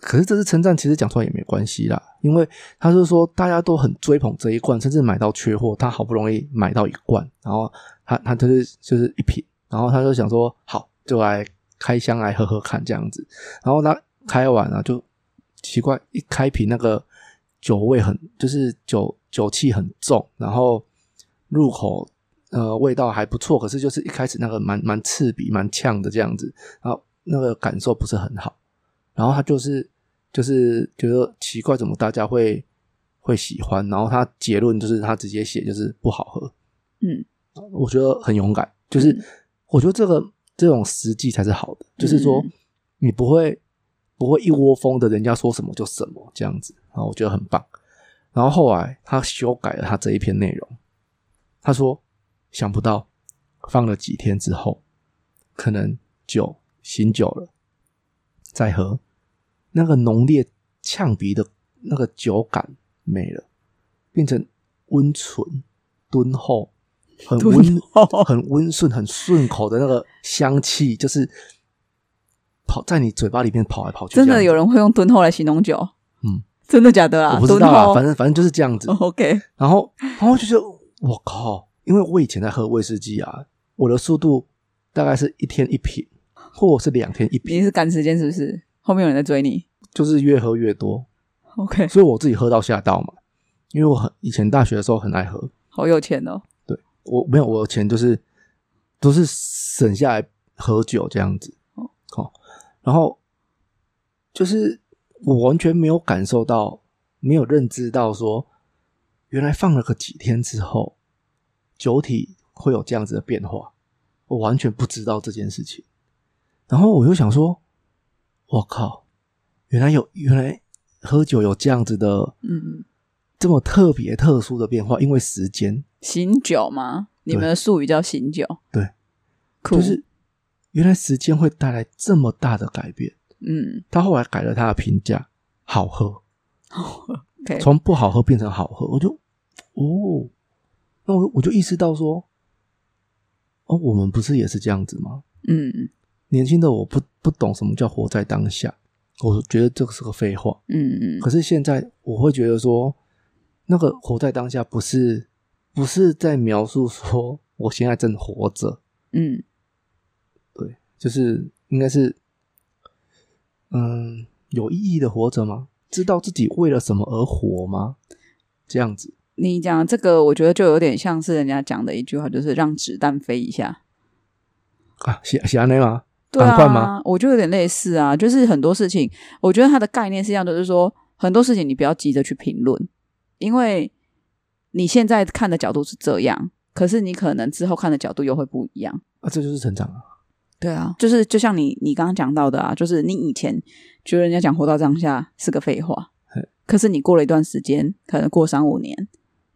可是这次称赞其实讲出来也没关系啦，因为他是说大家都很追捧这一罐，甚至买到缺货，他好不容易买到一罐，然后他他就是就是一瓶，然后他就想说好就来开箱来喝喝看这样子，然后他开完啊就奇怪一开瓶那个酒味很就是酒酒气很重，然后入口呃味道还不错，可是就是一开始那个蛮蛮刺鼻蛮呛的这样子，然后那个感受不是很好。然后他就是就是觉得奇怪，怎么大家会会喜欢？然后他结论就是他直接写就是不好喝。
嗯，
我觉得很勇敢，就是
嗯
我觉得这个这种实际才是好的，就是说
嗯
你不会不会一窝蜂的，人家说什么就什么这样子啊，然后我觉得很棒。然后后来他修改了他这一篇内容，他说想不到放了几天之后，可能酒醒酒了，再喝，那个浓烈呛鼻的那个酒感没了，变成温存、敦厚、很
敦
温
厚、
很温顺、很顺口的那个香气，就是跑在你嘴巴里面跑来跑去这
真
样子。
的有人会用敦厚来形容酒，
嗯，
真的假的啊？
我不知
敦
道啦，
厚
反正反正就是这样子。
，OK，
然后，然后我就觉得我靠，因为我以前在喝威士忌啊，我的速度大概是一天一瓶，或者是两天一瓶，
你是赶时间是不是？后面有人在追你
就是越喝越多，
，OK，
所以我自己喝到吓到嘛。因为我很以前大学的时候很爱喝，
好有钱哦，
我没有我的钱就是都是省下来喝酒这样子，哦，然后就是我完全没有感受到，没有认知到说，原来放了个几天之后，酒体会有这样子的变化，我完全不知道这件事情。然后我就想说，我靠，原来有原来喝酒有这样子的
嗯，
这么特别特殊的变化，因为时间
醒酒吗？你们的术语叫醒酒，
对，
酷
就是原来时间会带来这么大的改变。
嗯
他后来改了他的评价，好喝，
哦，OK，
从不好喝变成好喝，我就哦，那我我就意识到说，哦，我们不是也是这样子吗？
嗯
年轻的我不不懂什么叫活在当下，我觉得这个是个废话。
嗯嗯，
可是现在我会觉得说，那个活在当下不是不是在描述说我现在正活着，
嗯，
对，就是应该是，嗯，有意义的活着吗？知道自己为了什么而活吗？这样子，
你讲这个，我觉得就有点像是人家讲的一句话，就是让子弹飞一下。
啊，喜喜安内吗？
对
赶快吗
啊，我觉得有点类似啊，就是很多事情，我觉得它的概念是一样的，就是说很多事情你不要急着去评论，因为你现在看的角度是这样，可是你可能之后看的角度又会不一样。
啊，这就是成长啊！
对啊，就是就像你你刚刚讲到的啊，就是你以前觉得人家讲活到当下是个废话
嘿，
可是你过了一段时间，可能过三五年，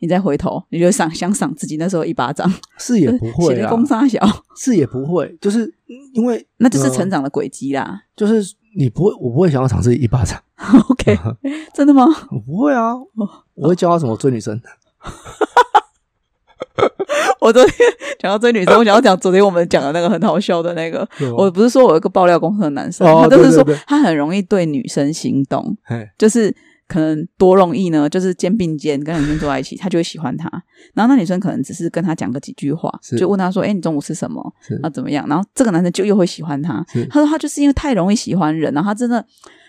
你再回头，你就想想赏自己那时候一巴掌，
是也不 会
写的
啦，
公差小，
是也不会，就是嗯因为
那就是成
呃
长的轨迹啦。
就是你不会，我不会想要赏自己一巴掌，
OK，真的吗？
我不会啊，
哦
我会教他怎么追女生。
我昨天讲到追女生，我想要讲昨天我们讲的那个很好笑的那个，
对吗
我不是说我有一个爆料公司的男生，
哦
他就是说
对对对
他很容易对女生心动，
嘿，
就是可能多容易呢，就是肩并肩跟女生坐在一起，他就会喜欢她。然后那女生可能只是跟他讲个几句话，
是
就问他说：“哎、你中午吃什么
是？
啊，怎么样？”然后这个男生就又会喜欢她
是。
他说他就是因为太容易喜欢人，然后他真的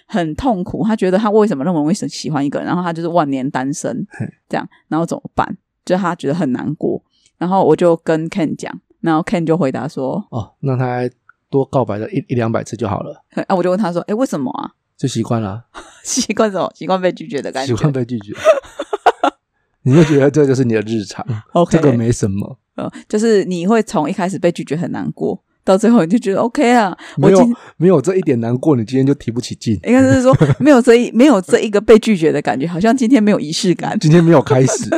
很痛苦，他觉得他为什么那么容易喜喜欢一个人，然后他就是万年单身
嘿
这样，然后怎么办？就他觉得很难过，然后我就跟 Ken 讲，然后 Ken 就回答说，
哦，那他还多告白了一一两百次就好了，
啊，我就问他说，哎，为什么啊？
就习惯了，
习惯什么？习惯被拒绝的感
习
觉。
惯被拒绝， 你就觉得这就是你的日常，
OK，
这个没什么，
呃，就是你会从一开始被拒绝很难过，到最后你就觉得 OK 啊，我
没有
今
没有这一点难过，你今天就提不起劲，
应该是说没有这一没有这一个被拒绝的感觉，好像今天没有仪式感。
今天没有开始，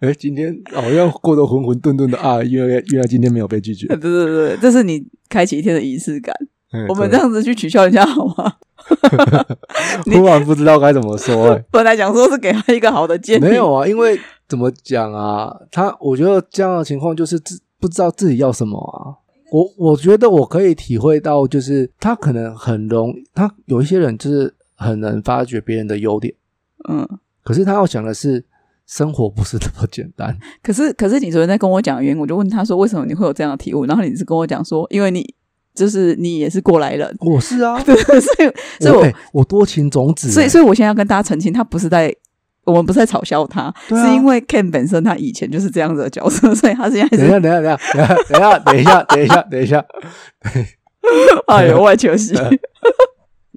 哎，今天好像过得浑浑沌沌的啊，原来原来今天没有被拒绝
对，对对对，这是你开启一天的仪式感。
哎
我们这
对
样子去取笑人家好吗？ 你
突然不知道该怎么说， 哎，
本来想说是给他一个好的建议，
没有啊，因为怎么讲啊？他我觉得这样的情况就是自不知道自己要什么啊。我我觉得我可以体会到，就是他可能很容他有一些人就是很能发掘别人的优点，
嗯。
可是他要想的是生活不是那么简单。
可是可是你昨天在跟我讲的原因，我就问他说为什么你会有这样的体悟，然后你是跟我讲说，因为你就是你也是过来人，
我是啊，
对，所以所以
我
我
哎我多情种子、
所以，
哎
所以我现在要跟大家澄清，他不是在我们不是在嘲笑他，
对啊
是因为 Ken 本身他以前就是这样子的角色， 所以他现在
等一
是
下，等一下，等一下，等一下，等一下，等一下，等一下，
哎呦外求系。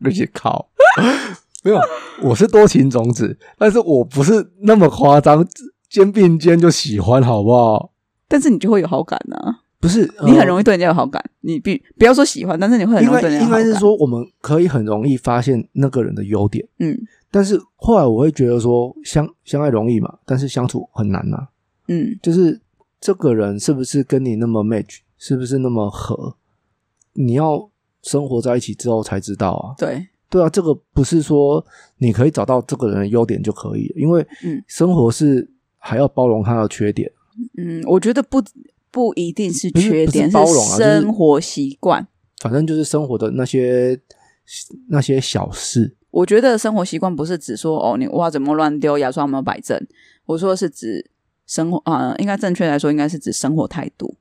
而且靠， 没有，我是多情种子，但是我不是那么夸张，肩并肩就喜欢，好不好？
但是你就会有好感呢、
不是，
你很容
易，
易对人家有好感，你必不要说喜欢，但是你会很
应
容
该
易对人家有
应
好
该
感。
是，说，我们可以很容易发现那个人的优点，
嗯
但是后来我会觉得说，相相爱容易嘛，但是相处很难啊呐、
嗯，
就是这个人是不是跟你那么 match，是不是那么合，你要生活在一起之后才知道啊。
对，
对啊，这个不是说你可以找到这个人的优点就可以了，因为
嗯
生活是还要包容他的缺点。
嗯，我觉得不不一定是
不是
缺
不是
点，
包容啊就是
生活习惯。
反正就是生活的那些那些小事，
我觉得生活习惯不是指说哦，你哇怎么乱丢牙刷有没有摆正，我说的是指生活，呃，应该正确来说应该是指生活态度，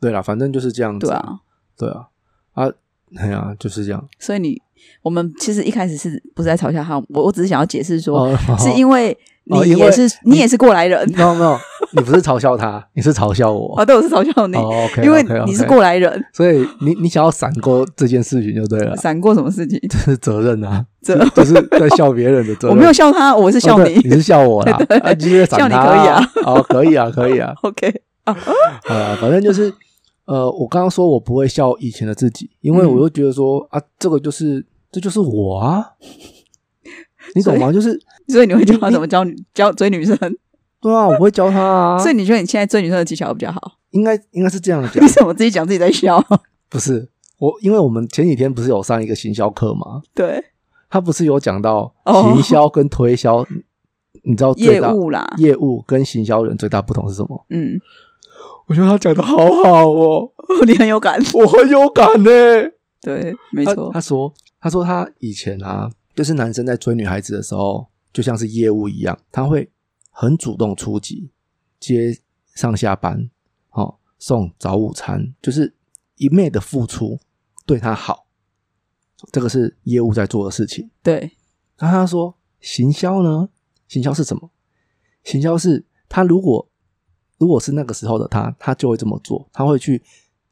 对啦，反正就是这样子。
对啊，
对啊，啊，哎呀、就是这样。
所以你我们其实一开始是不是在嘲笑他？我我只是想要解释说，
哦好
是因为你
哦因为
也是、你也是过 来人
no no，你不是嘲笑他，你是嘲笑我。
哦，对，我是嘲笑你，
o k
因为你是过来人，
所以你你想要闪过这件事情就对啊了，
闪过什么事情？
这是责任啊，
责
就是在笑别人的责任。
我没有笑他，我是笑
哦对
你。
你是笑我啦，啊，直接闪
笑你
他
可以啊
啊，哦，可以啊，可以啊，
OK，
呃，反正就是，呃，我刚刚说我不会笑以前的自己，因为
嗯
我就觉得说、啊，这个就是这就是我 啊，你懂吗？就是
所以你会教他怎么教女教追女生，
对啊，我会教他啊，
所以你觉得你现在追女生的技巧比较好？
应该应该是这样讲
你，怎么自己讲自己在 笑？
不是我，因为我们前几天不是有上一个行销课嘛，
对，
他不是有讲到
哦
行销跟推销，你知道最
业
大
务啦，
业务跟行销人最大不同是什么？
嗯，
我觉得他讲的好好哦，
你很有感，
我很有感呢、
对，没
他
错，
他说，他说他以前啊，就是男生在追女孩子的时候，就像是业务一样，他会很主动出击，接上下班，哦，送早午餐，就是一昧的付出，对他好，这个是业务在做的事情。
对，
然后他说，行销呢？行销是什么？行销是他如果如果是那个时候的他，他就会这么做，他会去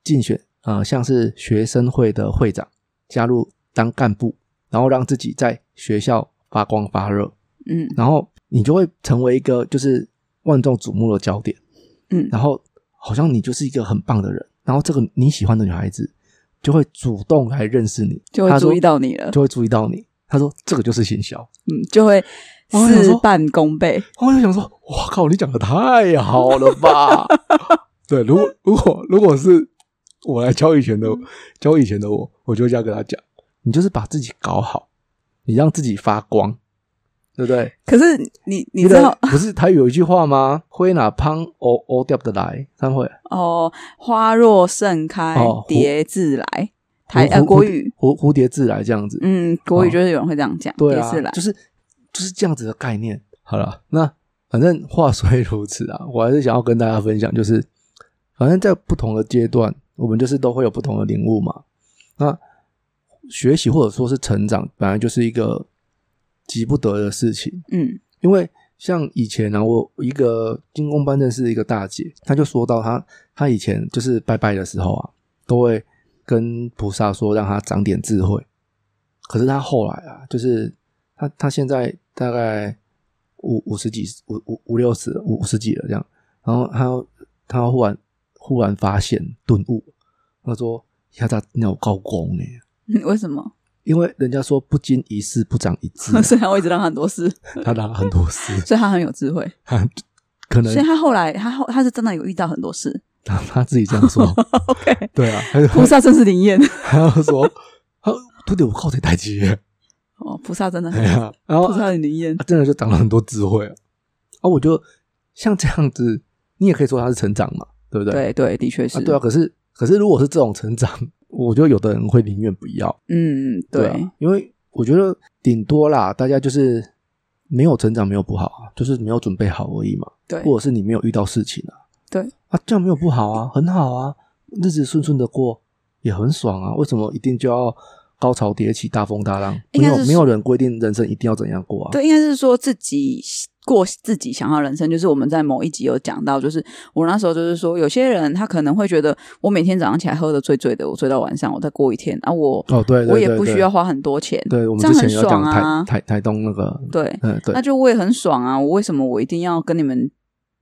竞选呃，像是学生会的会长，加入当干部，然后让自己在学校发光发热，
嗯
然后你就会成为一个就是万众瞩目的焦点，
嗯
然后好像你就是一个很棒的人，然后这个你喜欢的女孩子就会主动来认识你，
就会
她说
注意到你了
就会注意到你。他说这个就是行销。
嗯，就会
哦我想
事
说
半功倍。
我就想说，哇靠，你讲的太好了吧？ 对，如果如果如果是我来教以前的
嗯
教以前的我，我就这样跟他讲，你就是把自己搞好，你让自己发光，对不对？
可是你你知
的
道
不是台语有一句话吗？灰哪胖哦哦掉的来，三会
哦，花若盛开
哦，蝴
蝶自来。台
蝴
呃
蝴
国语，
蝴蝴蝶自来这样子，
嗯，国语
哦
就是有人会这样讲，
对
蝶
啊
自来，。
就是就是这样子的概念。好了，那反正话虽如此啊，我还是想要跟大家分享，就是反正在不同的阶段，我们就是都会有不同的领悟嘛。那学习或者说是成长，本来就是一个急不得的事情。
嗯
因为像以前啊，我一个金工班认识的一个大姐，她就说到她她以前就是拜拜的时候啊，都会跟菩萨说让她长点智慧。可是她后来啊，就是她她现在大概五五十几五五五六十五五十几了这样，然后她她忽然忽然发现顿悟，她说她在尿高功呢，
嗯，为什么？
因为人家说不经一事不长一 智啊，
虽然我一直让他很 多事，
她拿很多事，
所以他很有智慧，
可能
所以他后来他后他是真的有遇到很 多事。
他他自己这样 说，
OK，
对啊，他就
菩萨真 是灵验
他就说，他徒弟我靠这台阶，
哦，菩萨真的
哎
很，
呀，然后
菩萨很灵验
啊。真的就长了很多智慧啊，啊，我就像这样子，你也可以说他是成长嘛，对不对？
对对，的确是
啊，，对啊，可是可是如果是这种成长，我觉得有的人会宁愿不要，
嗯，对
啊，，因为我觉得顶多啦，大家就是没有成长没有不好啊，就是没有准备好而已嘛，
对，
或者是你没有遇到事情啊，
对
啊，这样没有不好啊，很好啊，日子顺顺的过也很爽啊，为什么一定就要高潮迭起、大风大浪？
应
没
该
有
是
没有人规定人生一定要怎样过啊，
对，应该是说自己过自己想要的人生，就是我们在某一集有讲到，就是我那时候就是说，有些人他可能会觉得，我每天早上起来喝的醉醉的，我醉到晚上，我再过一天啊，我
哦对对
我也
对
不
对
需要花很多钱，
对我们
这
之
样
前
很
有讲
爽
台、
啊，
台台东那个，
对，
嗯对
那就我也很爽啊，我为什么我一定要跟你们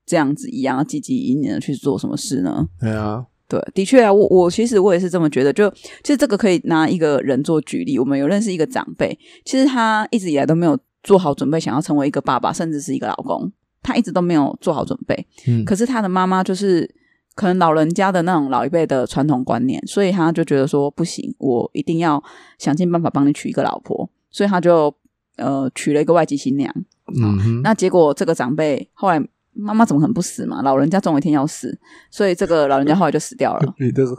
这样子一样积极营营的去做什么事呢？
对啊，
对，的确啊，我我其实我也是这么觉得。就其实这个可以拿一个人做举例，我们有认识一个长辈，其实他一直以来都没有做好准备，想要成为一个爸爸，甚至是一个老公，他一直都没有做好准备。
嗯
可是他的妈妈就是可能老人家的那种老一辈的传统观念，所以他就觉得说不行，我一定要想尽办法帮你娶一个老婆，所以他就呃娶了一个外籍新娘。
嗯哼
那结果这个长辈后来妈妈怎么可能不死嘛？老人家总有一天要死，所以这个老人家后来就死掉了。
你这个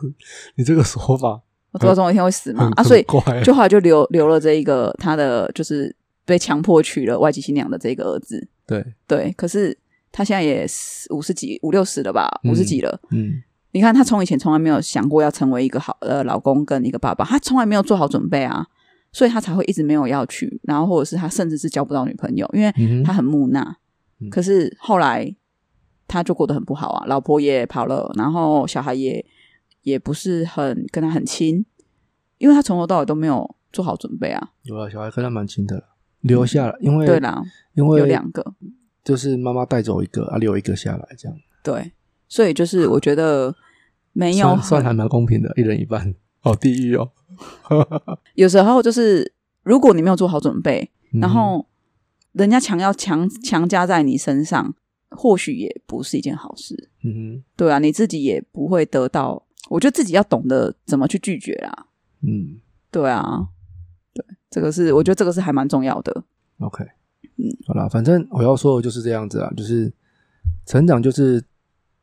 你这个说法
我知道总有一天会死嘛
很
啊，所以
很怪
就后来就留留了这一个他的就是被强迫娶了外籍新娘的这个儿子，
对，
对，可是他现在也五十几五六十了吧，
嗯
五十几了。
嗯
你看他从以前从来没有想过要成为一个好呃老公跟一个爸爸，他从来没有做好准备啊，所以他才会一直没有要娶，然后或者是他甚至是交不到女朋友，因为
嗯
他
哼，
很木讷
嗯。
可是后来他就过得很不好啊，老婆也跑了，然后小孩也也不是很跟他很亲，因为他从头到尾都没有做好准备啊。
有了小孩跟他蛮亲的了，留下了，因为
对啦，
因
有
为
两个，
就是妈妈带走一个啊，留一个下来这样。
对，所以就是我觉得没有
算算还蛮公平的，一人一半， 好地狱哦。
有时候就是如果你没有做好准备，
嗯
然后人家强要强强加在你身上，或许也不是一件好事。
嗯
对啊，你自己也不会得到。我觉得自己要懂得怎么去拒绝啦。
哼嗯
对啊，对，这个是我觉得这个是还蛮重要的。
，OK，
嗯
好啦，反正我要说的就是这样子啊，就是成长就是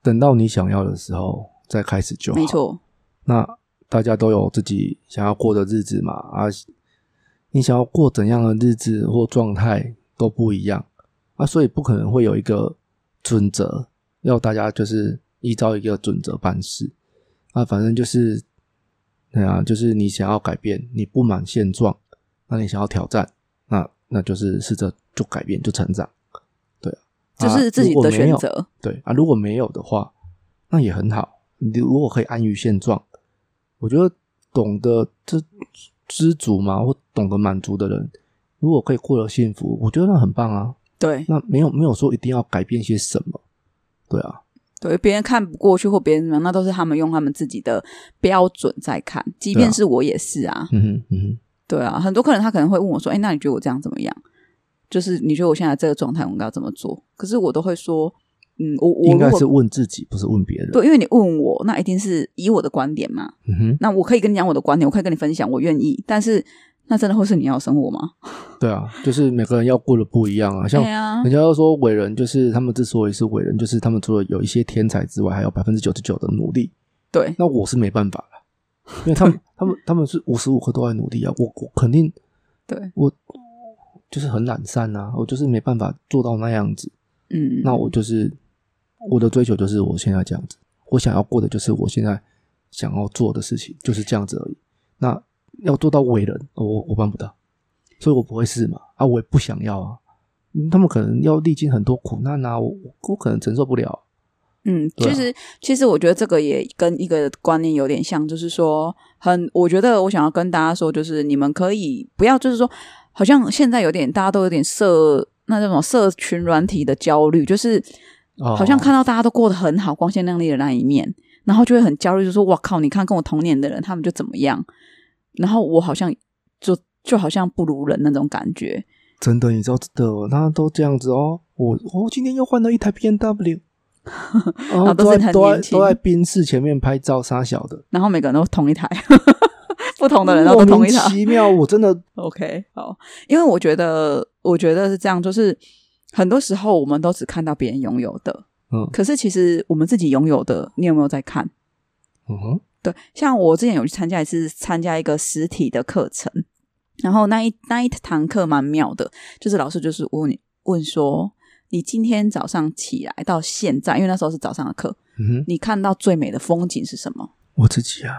等到你想要的时候再开始就好。
没，错，
那大家都有自己想要过的日子嘛啊，你想要过怎样的日子或状态都不一样啊，所以不可能会有一个准则，要大家就是依照一个准则办事啊，反正就是，对啊，就是你想要改变，你不满现状，那你想要挑战，那那就是试着就改变就成长，对啊，
这是自己的选择。
对啊，如果没有的话，那也很好。你如果可以安于现状，我觉得懂得知知足嘛，或懂得满足的人，如果可以过得幸福，我觉得那很棒啊。
对
那没有没有说一定要改变些什么，对啊，
对，别人看不过去或别人怎么样那都是他们用他们自己的标准在看。即
对
便
啊
是我也是啊，
嗯哼嗯哼，
对啊，很多客人他可能会问我说：“哎，那你觉得我这样怎么样？就是你觉得我现在这个状态，我应该要怎么做？”可是我都会说：“嗯，我我
应
如
该
果
是问自己，不是问别人。
对，因为你问我，那一定是以我的观点嘛。
嗯
那我可以跟你讲我的观点，我可以跟你分享，我愿意。但是那真的会是你要的生活吗？
哼，对啊，就是每个人要过得不一样啊。像
对啊
人，家都说伟人，就是他们之所以是伟人，就是他们除了有一些天才之外，还有百分之九十九的努力。
对
那我是没办法了，因为他 们他们他们是无时无刻都在努力啊，我我肯定
对，
我就是很懒散啊，我就是没办法做到那样子。
嗯，
那我就是我的追求就是我现在这样子，我想要过的就是我现在想要做的事情，就是这样子而已。那要做到伟人，我我办不到，所以我不会试嘛，啊，我也不想要啊。嗯他们可能要历经很多苦难啊，我我我可能承受不了。啊
嗯，
对啊
其实其实我觉得这个也跟一个观念有点像，就是说，很，我觉得我想要跟大家说，就是你们可以不要，就是说，好像现在有点大家都有点社那叫什么社群软体的焦虑，就是
哦
好像看到大家都过得很好、光鲜亮丽的那一面，然后就会很焦虑，就说：“哇靠，你看跟我同年的人他们就怎么样，然后我好像就就好像不如人那种感觉。”
真的，你知道真的哦，他都这样子哦。我哦，今天又换了一台 B N W，然
后
后
哦都
都
是
在
很
都
年
在
轻
都在宾士前面拍照杀小的，
然后每个人都同一台， 不同的人然后
莫
都同
名
一台。
其妙，我真的
OK，好，因为我觉得，我觉得是这样，就是很多时候我们都只看到别人拥有的，
嗯
可是其实我们自己拥有的，你有没有在看？
嗯哼
对，像我之前有去参加一次参加一个实体的课程，然后那一那一堂课蛮妙的，就是老师就是问你问说，你今天早上起来到现在，因为那时候是早上的课，
嗯哼，
你看到最美的风景是什么？
我自己啊，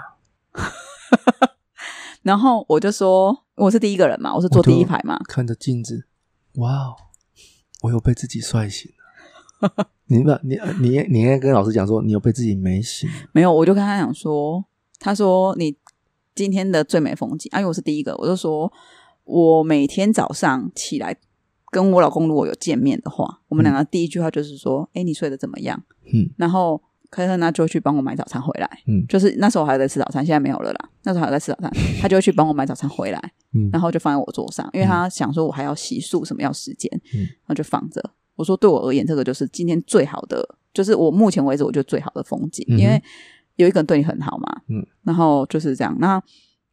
然后我就说我是第一个人嘛，我是坐
我就
第一排嘛，
看着镜子，哇哦，我又被自己帅醒了。 你把你你你应该跟老师讲说，你有被自己美醒，
没有，我就跟他讲说，他说你今天的最美风景，啊、因为我是第一个，我就说我每天早上起来跟我老公如果有见面的话，我们两个第一句话就是说，哎、你睡得怎么样？
嗯，
然后科科呢就会去帮我买早餐回来，
嗯
就是那时候我还在吃早餐，现在没有了啦，那时候还在吃早餐，他就会去帮我买早餐回来，
嗯
然后就放在我桌上，因为他想说我还要洗漱，什么要时间，
嗯
然后就放着。我说对我而言，这个就是今天最好的，就是我目前为止我觉得最好的风景，
嗯哼
因为有一个人对你很好嘛，
嗯，
然后就是这样。那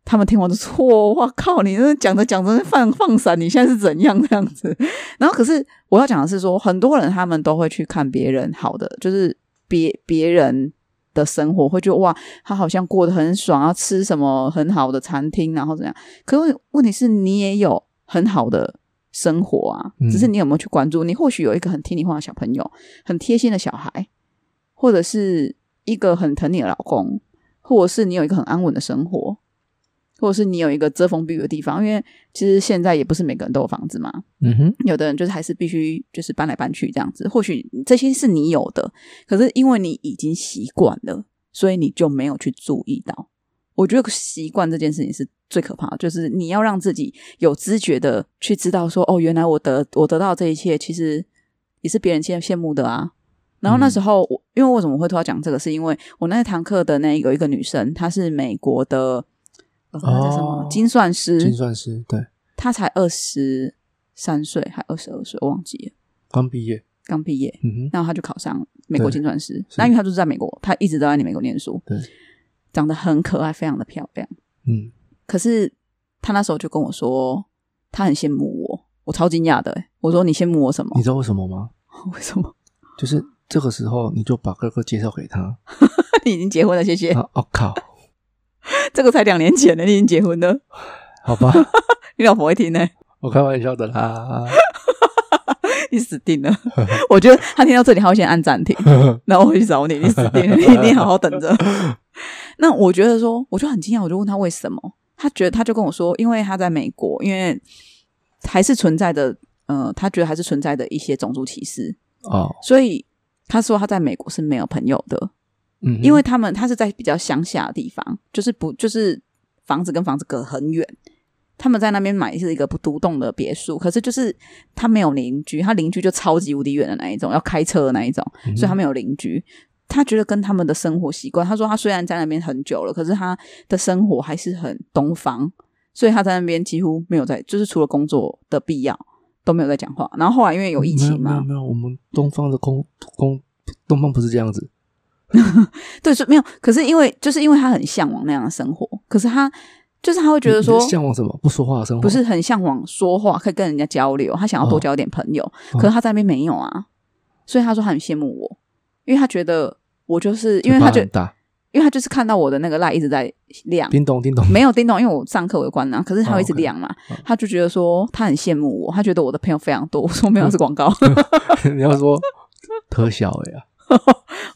他们听完就说：“哇靠，你这讲着讲着放放闪，你现在是怎样这样子？”然后可是我要讲的是说，很多人他们都会去看别人好的，就是别别人。的生活会觉得哇，他好像过得很爽，要吃什么很好的餐厅，然后怎样？可是问题是你也有很好的生活啊，
嗯
只是你有没有去关注？你或许有一个很听你话的小朋友，很贴心的小孩，或者是一个很疼你的老公，或者是你有一个很安稳的生活，或者是你有一个遮风避雨的地方。因为其实现在也不是每个人都有房子嘛，
嗯哼，
有的人就是还是必须就是搬来搬去这样子。或许这些是你有的，可是因为你已经习惯了，所以你就没有去注意到。我觉得习惯这件事情是最可怕的，就是你要让自己有知觉的去知道说，哦，原来我得我得到这一切，其实也是别人羡羡慕的啊。然
嗯
后那时候我，因为为什么会突然讲这个，是因为我那堂课的那有一个女生，她是美国的，呃，她叫什么、
哦
精算师，
精算师对，
他才二十三岁，还二十二岁，我忘记了，
刚毕业，
刚毕业，
嗯哼，
然后他就考上美国
对
精算师。那因为他就是在美国，他一直都在美国念书，
对，
长得很可爱，非常的漂亮。
嗯，
可是他那时候就跟我说，他很羡慕我，我超惊讶的欸、我说你羡慕我什么
你？知道为什么吗？
为什么？
就是这个时候你就把哥哥介绍给他，
你已经结婚了，谢谢。
啊，我、靠，
这个才两年前呢，你已经结婚了，
好吧，
你老婆会听呢、
我开玩笑的 啦，
你死定了。我觉得他听到这里，他会先按暂停。然后我去找你，你死定了，你你好好等着。那我觉得说，我就很惊讶，我就问他为什么，他觉得他就跟我说，因为他在美国，因为还是存在的，呃，他觉得还是存在的一些种族歧视，
哦，
所以他说他在美国是没有朋友的，
嗯哼，
因为他们他是在比较乡下的地方，就是不就是房子跟房子隔很远。他们在那边买是一个不独栋的别墅，可是就是他没有邻居，他邻居就超级无敌远的那一种，要开车的那一种，
嗯
所以他没有邻居。他觉得跟他们的生活习惯，他说他虽然在那边很久了，可是他的生活还是很东方，所以他在那边几乎没有在，就是除了工作的必要都没有在讲话。然后后来因为有疫情
没有没有
嘛，
没有，我们东方的公公东方不是这样子，
对，是没有。可是因为就是因为他很向往那样的生活，可是他就是他会觉得
你
说
你是向往什么不说话的生活，
不是很向往说话，可以跟人家交流，他想要多交一点朋友，
哦
可是他在那边没有啊，所以他说他很羡慕我，因为他觉得我就是因为他
嘴巴
觉
很
得，
大，
因为他就是看到我的那个赖一直在亮，
叮咚叮咚，
没有叮咚，因为我上课我有关啊，可是它会一直
哦，OK
亮嘛，
哦
他就觉得说他很羡慕我，他觉得我的朋友非常多。我说没有，那是 广告。
你要说特小哎呀，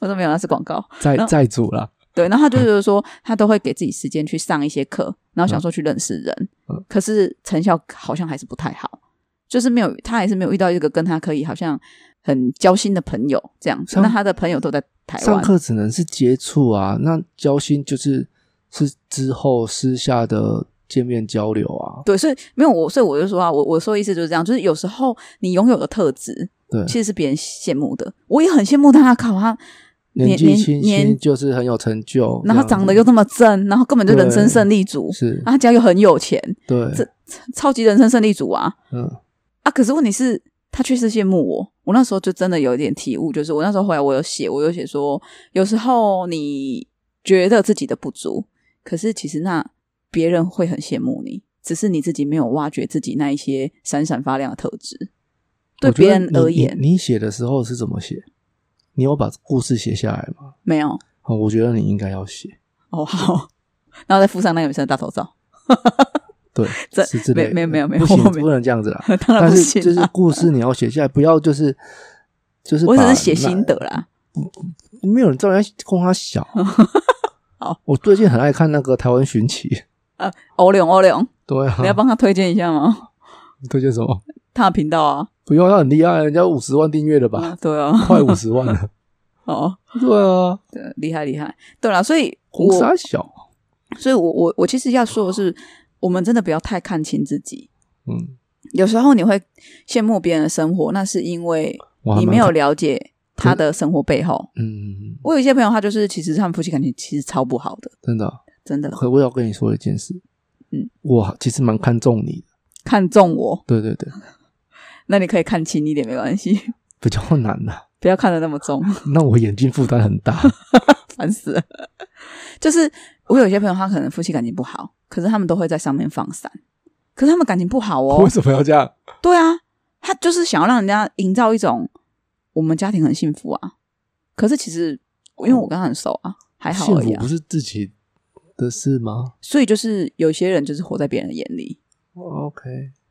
我说没有，那是广告。
在在主啦，
对，然后他就觉得说，他都会给自己时间去上一些课，然后想说去认识人，
嗯
可是成效好像还是不太好，就是没有他还是没有遇到一个跟他可以好像很交心的朋友这样子。
上
那他的朋友都在台
上
湾，
课只能是接触啊，那交心就是是之后私下的见面交流啊。
对，所以没有我，所以我就说啊，我我说的意思就是这样，就是有时候你拥有的特质，
对
其实是别人羡慕的，我也很羡慕他，考他
年纪
年
轻
年
轻就是很有成就，
然后
这样
长得
子
又这么正，然后根本就人生
对
胜利组，
是
啊，他家又很有钱，
对，
这超级人生胜利组啊
嗯，
啊！可是问题是，他确实羡慕我。我那时候就真的有一点体悟，就是我那时候回来，我有写，我有写说，有时候你觉得自己的不足，可是其实那别人会很羡慕你，只是你自己没有挖掘自己那一些闪闪发亮的特质。对
我觉得
别人
你
而
你
言，
你写的时候是怎么写？你有把故事写下来吗？
没有
哦，我觉得你应该要写，
哦，好，然后再附上那个女生的大头照，
对
这，
是之类的
没没有没有
不行
没有，我没有
不能这样 子啦。
当然
啊但
不
是
行
就是
啦。
故事你要写下来，不要就是就是
我只
把
是写
那
心得啦，
没有人知道人家空他小。
好，
我最近很爱看那个台湾寻奇，
欧龙欧龙，
对啊
你，要帮他推荐一下吗？
你推荐什么？
他的频道啊，
不用，他很厉害，人家五十万订阅了吧
啊，对啊，
快五十万 了。
哦，
对啊，
对，厉害厉害。对啦，所以
空
我
他小，
所以我我我其实要说的是，我们真的不要太看清自己。
嗯，
有时候你会羡慕别人的生活，那是因为
我还
你
蛮
没有
看，
了解他的生活背后。
嗯，
我有一些朋友，他就是其实他们夫妻感情其实超不好的，
真的。啊
真的
可我要跟你说一件事，
嗯，
我其实蛮看重你的，
看中我，
对对对，
那你可以看轻一点没关系，
比较难的、
不要看得那么重。
那我眼睛负担很大，
哦烦死了。 就是我有一些朋友，他可能夫妻感情不好，可是他们都会在上面放闪。可是他们感情不好
为
哦，
什么要这样？
对啊，他就是想要让人家营造一种我们家庭很幸福啊。可是其实因为我跟他很熟啊，还好
哦幸
而
福
已啊
不。是自己的事吗
所以就是有些人就是活在别人的眼里，
哦？OK，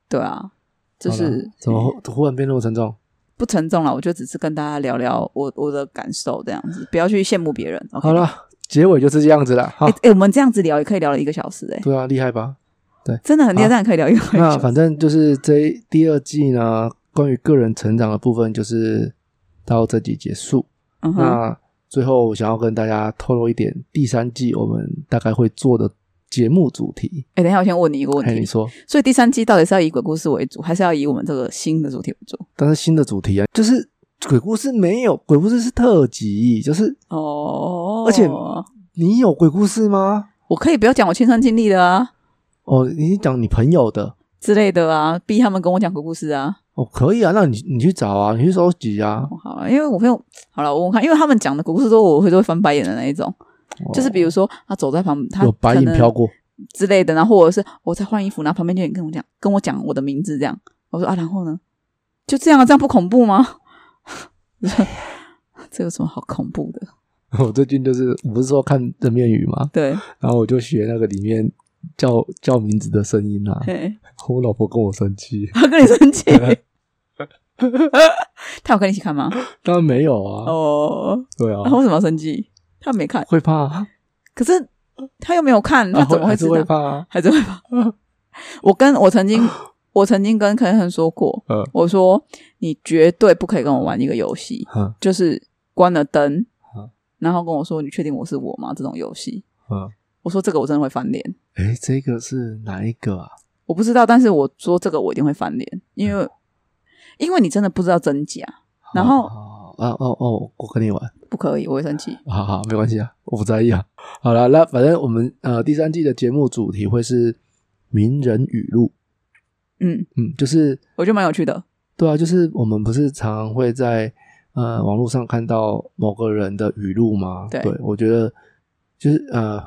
对啊，就
好
是
啦怎么忽忽然变那么沉重？
不沉重了。我就只是跟大家聊聊我我的感受这样子，不要去羡慕别人。
好，了，结尾就是这样子了。好
哎、，欸我们这样子聊也可以聊了一个小时、欸，哎，
对啊，厉害 吧？
真的很厉害，
好
但可以聊一个小
那
时。
反正就是这一第二季呢，关于个人成长的部分就是到这集结束。
嗯哼，
那最后我想要跟大家透露一点，第三季我们大概会做的节目主题。
哎、等一下，我先问你一个问
哎，
题
你。说，
所以第三季到底是要以鬼故事为主，还是要以我们这个新的主题为主？
但是新的主题啊，就是鬼故事没有，鬼故事是特辑，就是
哦
而且你有鬼故事吗？
我可以不要讲我亲身经历的啊
哦，你讲你朋友的
之类的啊，逼他们跟我讲鬼故事啊。
哦，可以啊，那你你去找啊，你去收集啊，
哦好了，因为我朋友好了，我问看，因为他们讲的鬼故事都我会都会翻白眼的那一种，
哦
就是比如说他走在旁，他
有白影
可能
飘过，
之类的，然后或者是我在换衣服，然后旁边就有人跟我讲跟我讲我的名字这样，我说啊，然后呢，就这样啊，这样不恐怖吗？ 这有什么好恐怖的？
我最近就是我不是说看人面鱼吗？
对，
然后我就学那个里面叫叫名字的声音啊，
嘿
我老婆跟我生气，
他跟你生 气？他有跟你一起看吗？
当然没有啊，
哦，
对啊
他，为什么要生气？他没看，
会怕啊，
可是他又没有看，他
啊
怎么
还
知
是会
道？
怕啊？
还是会怕。 我跟我曾经，我曾经跟肯肯说过，
嗯
我说你绝对不可以跟我玩一个游戏，
嗯
就是关了灯
嗯，
然后跟我说你确定我是我吗？这种游戏，
嗯，
我说这个我真的会翻脸。
哎，这个是哪一个啊？
我不知道，但是我说这个我一定会翻脸，因为因为你真的不知道真假，然后
哦哦哦哦，我跟你玩，
不可以，我会生气。
好好，没关系啊，我不在意啊。 好了，那反正我们呃第三季的节目主题会是名人语录，
嗯，
嗯，就是
我觉得蛮有趣的。
对啊，就是我们不是常常会在呃网络上看到某个人的语录吗？
对
我觉得就是呃，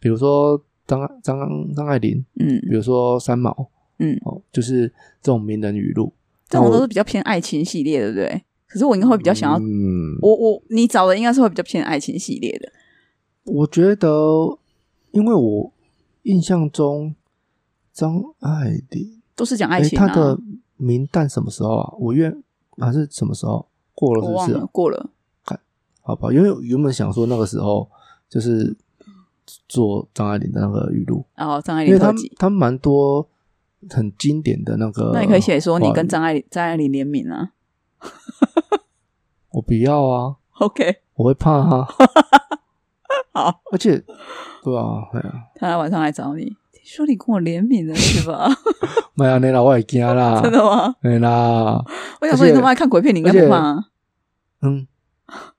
比如说张张张爱玲，
嗯
比如说三毛，
嗯，
哦，就是这种名人语录，
这种都是
比
比较偏爱情系列，对不对？可是我应该会比较想要，
嗯，
我我你找的应该是会比较偏爱情系列的。
我觉得，因为我印象中张爱玲，
都是讲
哎、
爱情、啊
她的明旦什么时候啊？五月还是什么时候过了？
我
是不
忘
是啊、
了过了，
好吧，因为我原本想说那个时候就是做张爱玲的那个语录，
然后张爱
因
玲
为他
特
们
辑，
他们蛮多很经典的那个。
那你可以写说你跟
张，
张爱张爱玲联名啊。
我不要啊，
OK，
我会怕啊。
好，
而且，对啊，哎呀，
他晚上来找你，听说你跟我联名了是吧？，
没 啊，你啦，我也惊啦
真的吗？
哎啦，
我想说
而且
你他妈爱看鬼片，你应该不怕啊。
嗯，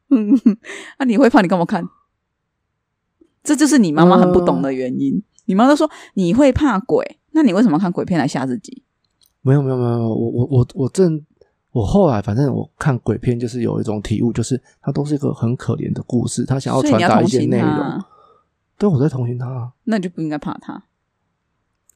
嗯，那、你会怕，你干嘛看？这就是你妈妈很不懂
呃
的原因。你妈都说你会怕鬼，那你为什么要看鬼片来吓自己？
没有没有没有，我我我我正我后来反正我看鬼片就是有一种体悟，就是它都是一个很可怜的故事，他想
所以
传
你要
达一
同
些
情
内
他
容。
啊，
对，我在同情他啊，
那你就不应该怕他。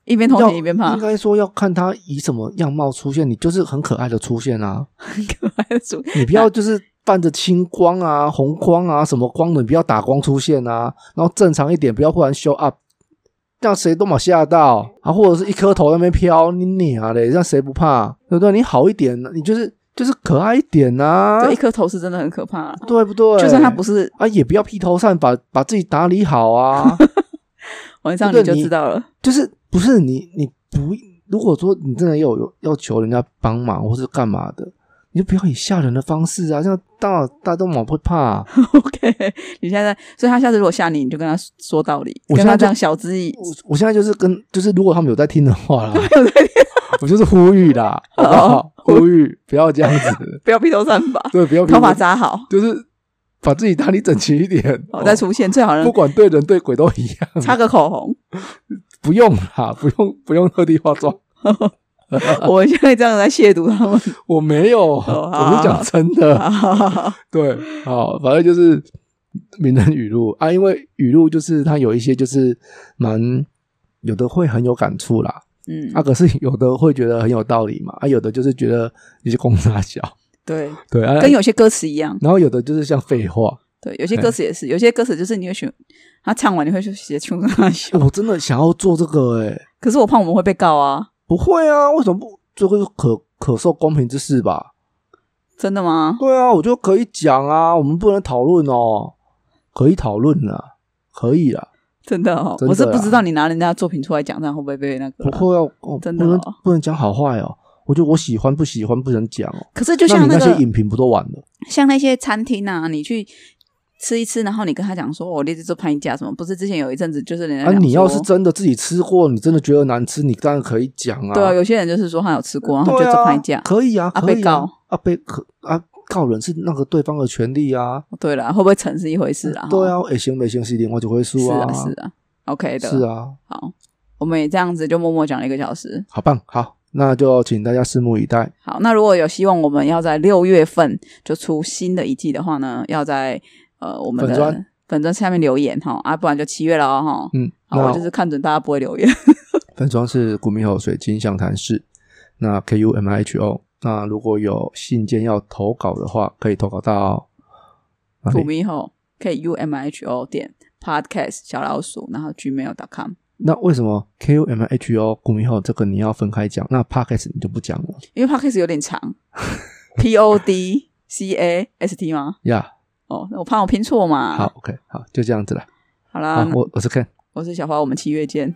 一边同
要
情一边怕
应，该说要看他以什么样貌出现，你就是很可爱的出现啊，
很可爱的主
你不要就是伴着青光啊、红光啊、什么光的，你不要打光出现啊，然后正常一点，不要忽然 show up，让谁都冇吓到啊，或者是一颗头在那边飘，你你啊嘞，让谁不怕，对不对？你好一点，你就是就是可爱一点啊，
这一颗头是真的很可怕、啊
对不对？
就算他不是
啊，也不要披头散发，把自己打理好 啊，
晚上
对
你就
你
知道了。
就是不是你你不如果说你真的有有要求人家帮忙或是干嘛的。你就不要以吓人的方式啊，这样大大家都冇会怕啊、
OK，你现在在，所以他下次如果吓你，你就跟他说道理，
我现
跟
在
他这
就
样晓之 以。
我我现在就是跟就是，如果他们有在听的话啦，我就是呼吁啦，好不
哦
好？呼吁不要这样子，
不要披头散发，
对，不要
头发，扎好，
就是把自己打理整齐一点。
我再出现，最好
哦
能
不管对人对鬼都一样，
擦个口红。
不用啦，不用不用特地化妆，
我现在这样在亵渎他们。
我没有，
哦好
我是讲真的，对，好，反正就是名人语录啊，因为语录就是它有一些就是蛮有的会很有感触啦，
嗯，
啊，可是有的会觉得很有道理嘛，啊，有的就是觉得你是公差小，
对，
对啊，
跟有些歌词一样，
然后有的就是像废话，
对，有些
哎
歌词也是，有些歌词就是你会选，他唱完你会去写穷他笑。
哎我真的想要做这个哎、
可是我怕我们会被告啊，
不会啊，为什么不？这个是可可受公平之事吧？
真的吗？
对啊，我就可以讲啊，我们不能讨论哦，可以讨论啦，可以啊啦，
真的哦，
真的
我是
啦
不知道你拿人家的作品出来讲，这样会不会被那个
不
啦？
会啊，哦、
真的哦
不能不能讲好坏哦，我觉得我喜欢不喜欢不能讲哦，
可是就
那
像
你那
个
些影评不都完了？
像那些餐厅啊，你去吃一吃，然后你跟他讲说，我那次做拍价什么，不是之前有一阵子就是人家
啊，
讲说
你要是真的自己吃过，你真的觉得难吃，你当然可以讲啊。
对啊，有些人就是说他有吃过，然后
对
就做
啊
拍价。
可以啊，
啊
可以
被告
啊，被可啊告人是那个对方的权利啊。
对了，会不会成是一回事啊？
对啊，也行没行，是一定我就会输
是
啊
啊，，是啊，OK 的，
是啊，
好，我们也这样子就默默讲了一个小时。
好棒，好，那就请大家拭目以待。
好，那如果有希望我们要在六月份就出新的一季的话呢，要在呃我们
粉
的
专
粉砖下面留言哈，啊，不然就七月了哦哈。
嗯，
好，我
那
就是看准大家不会留言。
分装是古米吼水晶象谈室，那 K U M I H O。那如果有信件要投稿的话，可以投稿到哪
土
里？
米吼 K U M I H O 点 podcast 小老鼠，然后 gmail.com，
那为什么 K U M I H O 古米吼这个你要分开讲？那 Podcast 你就不讲了
因为 podcast 有 点长，P O D C A S T 吗？
呀
哦，那我怕我拼错嘛。
好，，OK，好，就这样子了。好
好啦，，
我我是 Ken。
我是小花，我们七月见。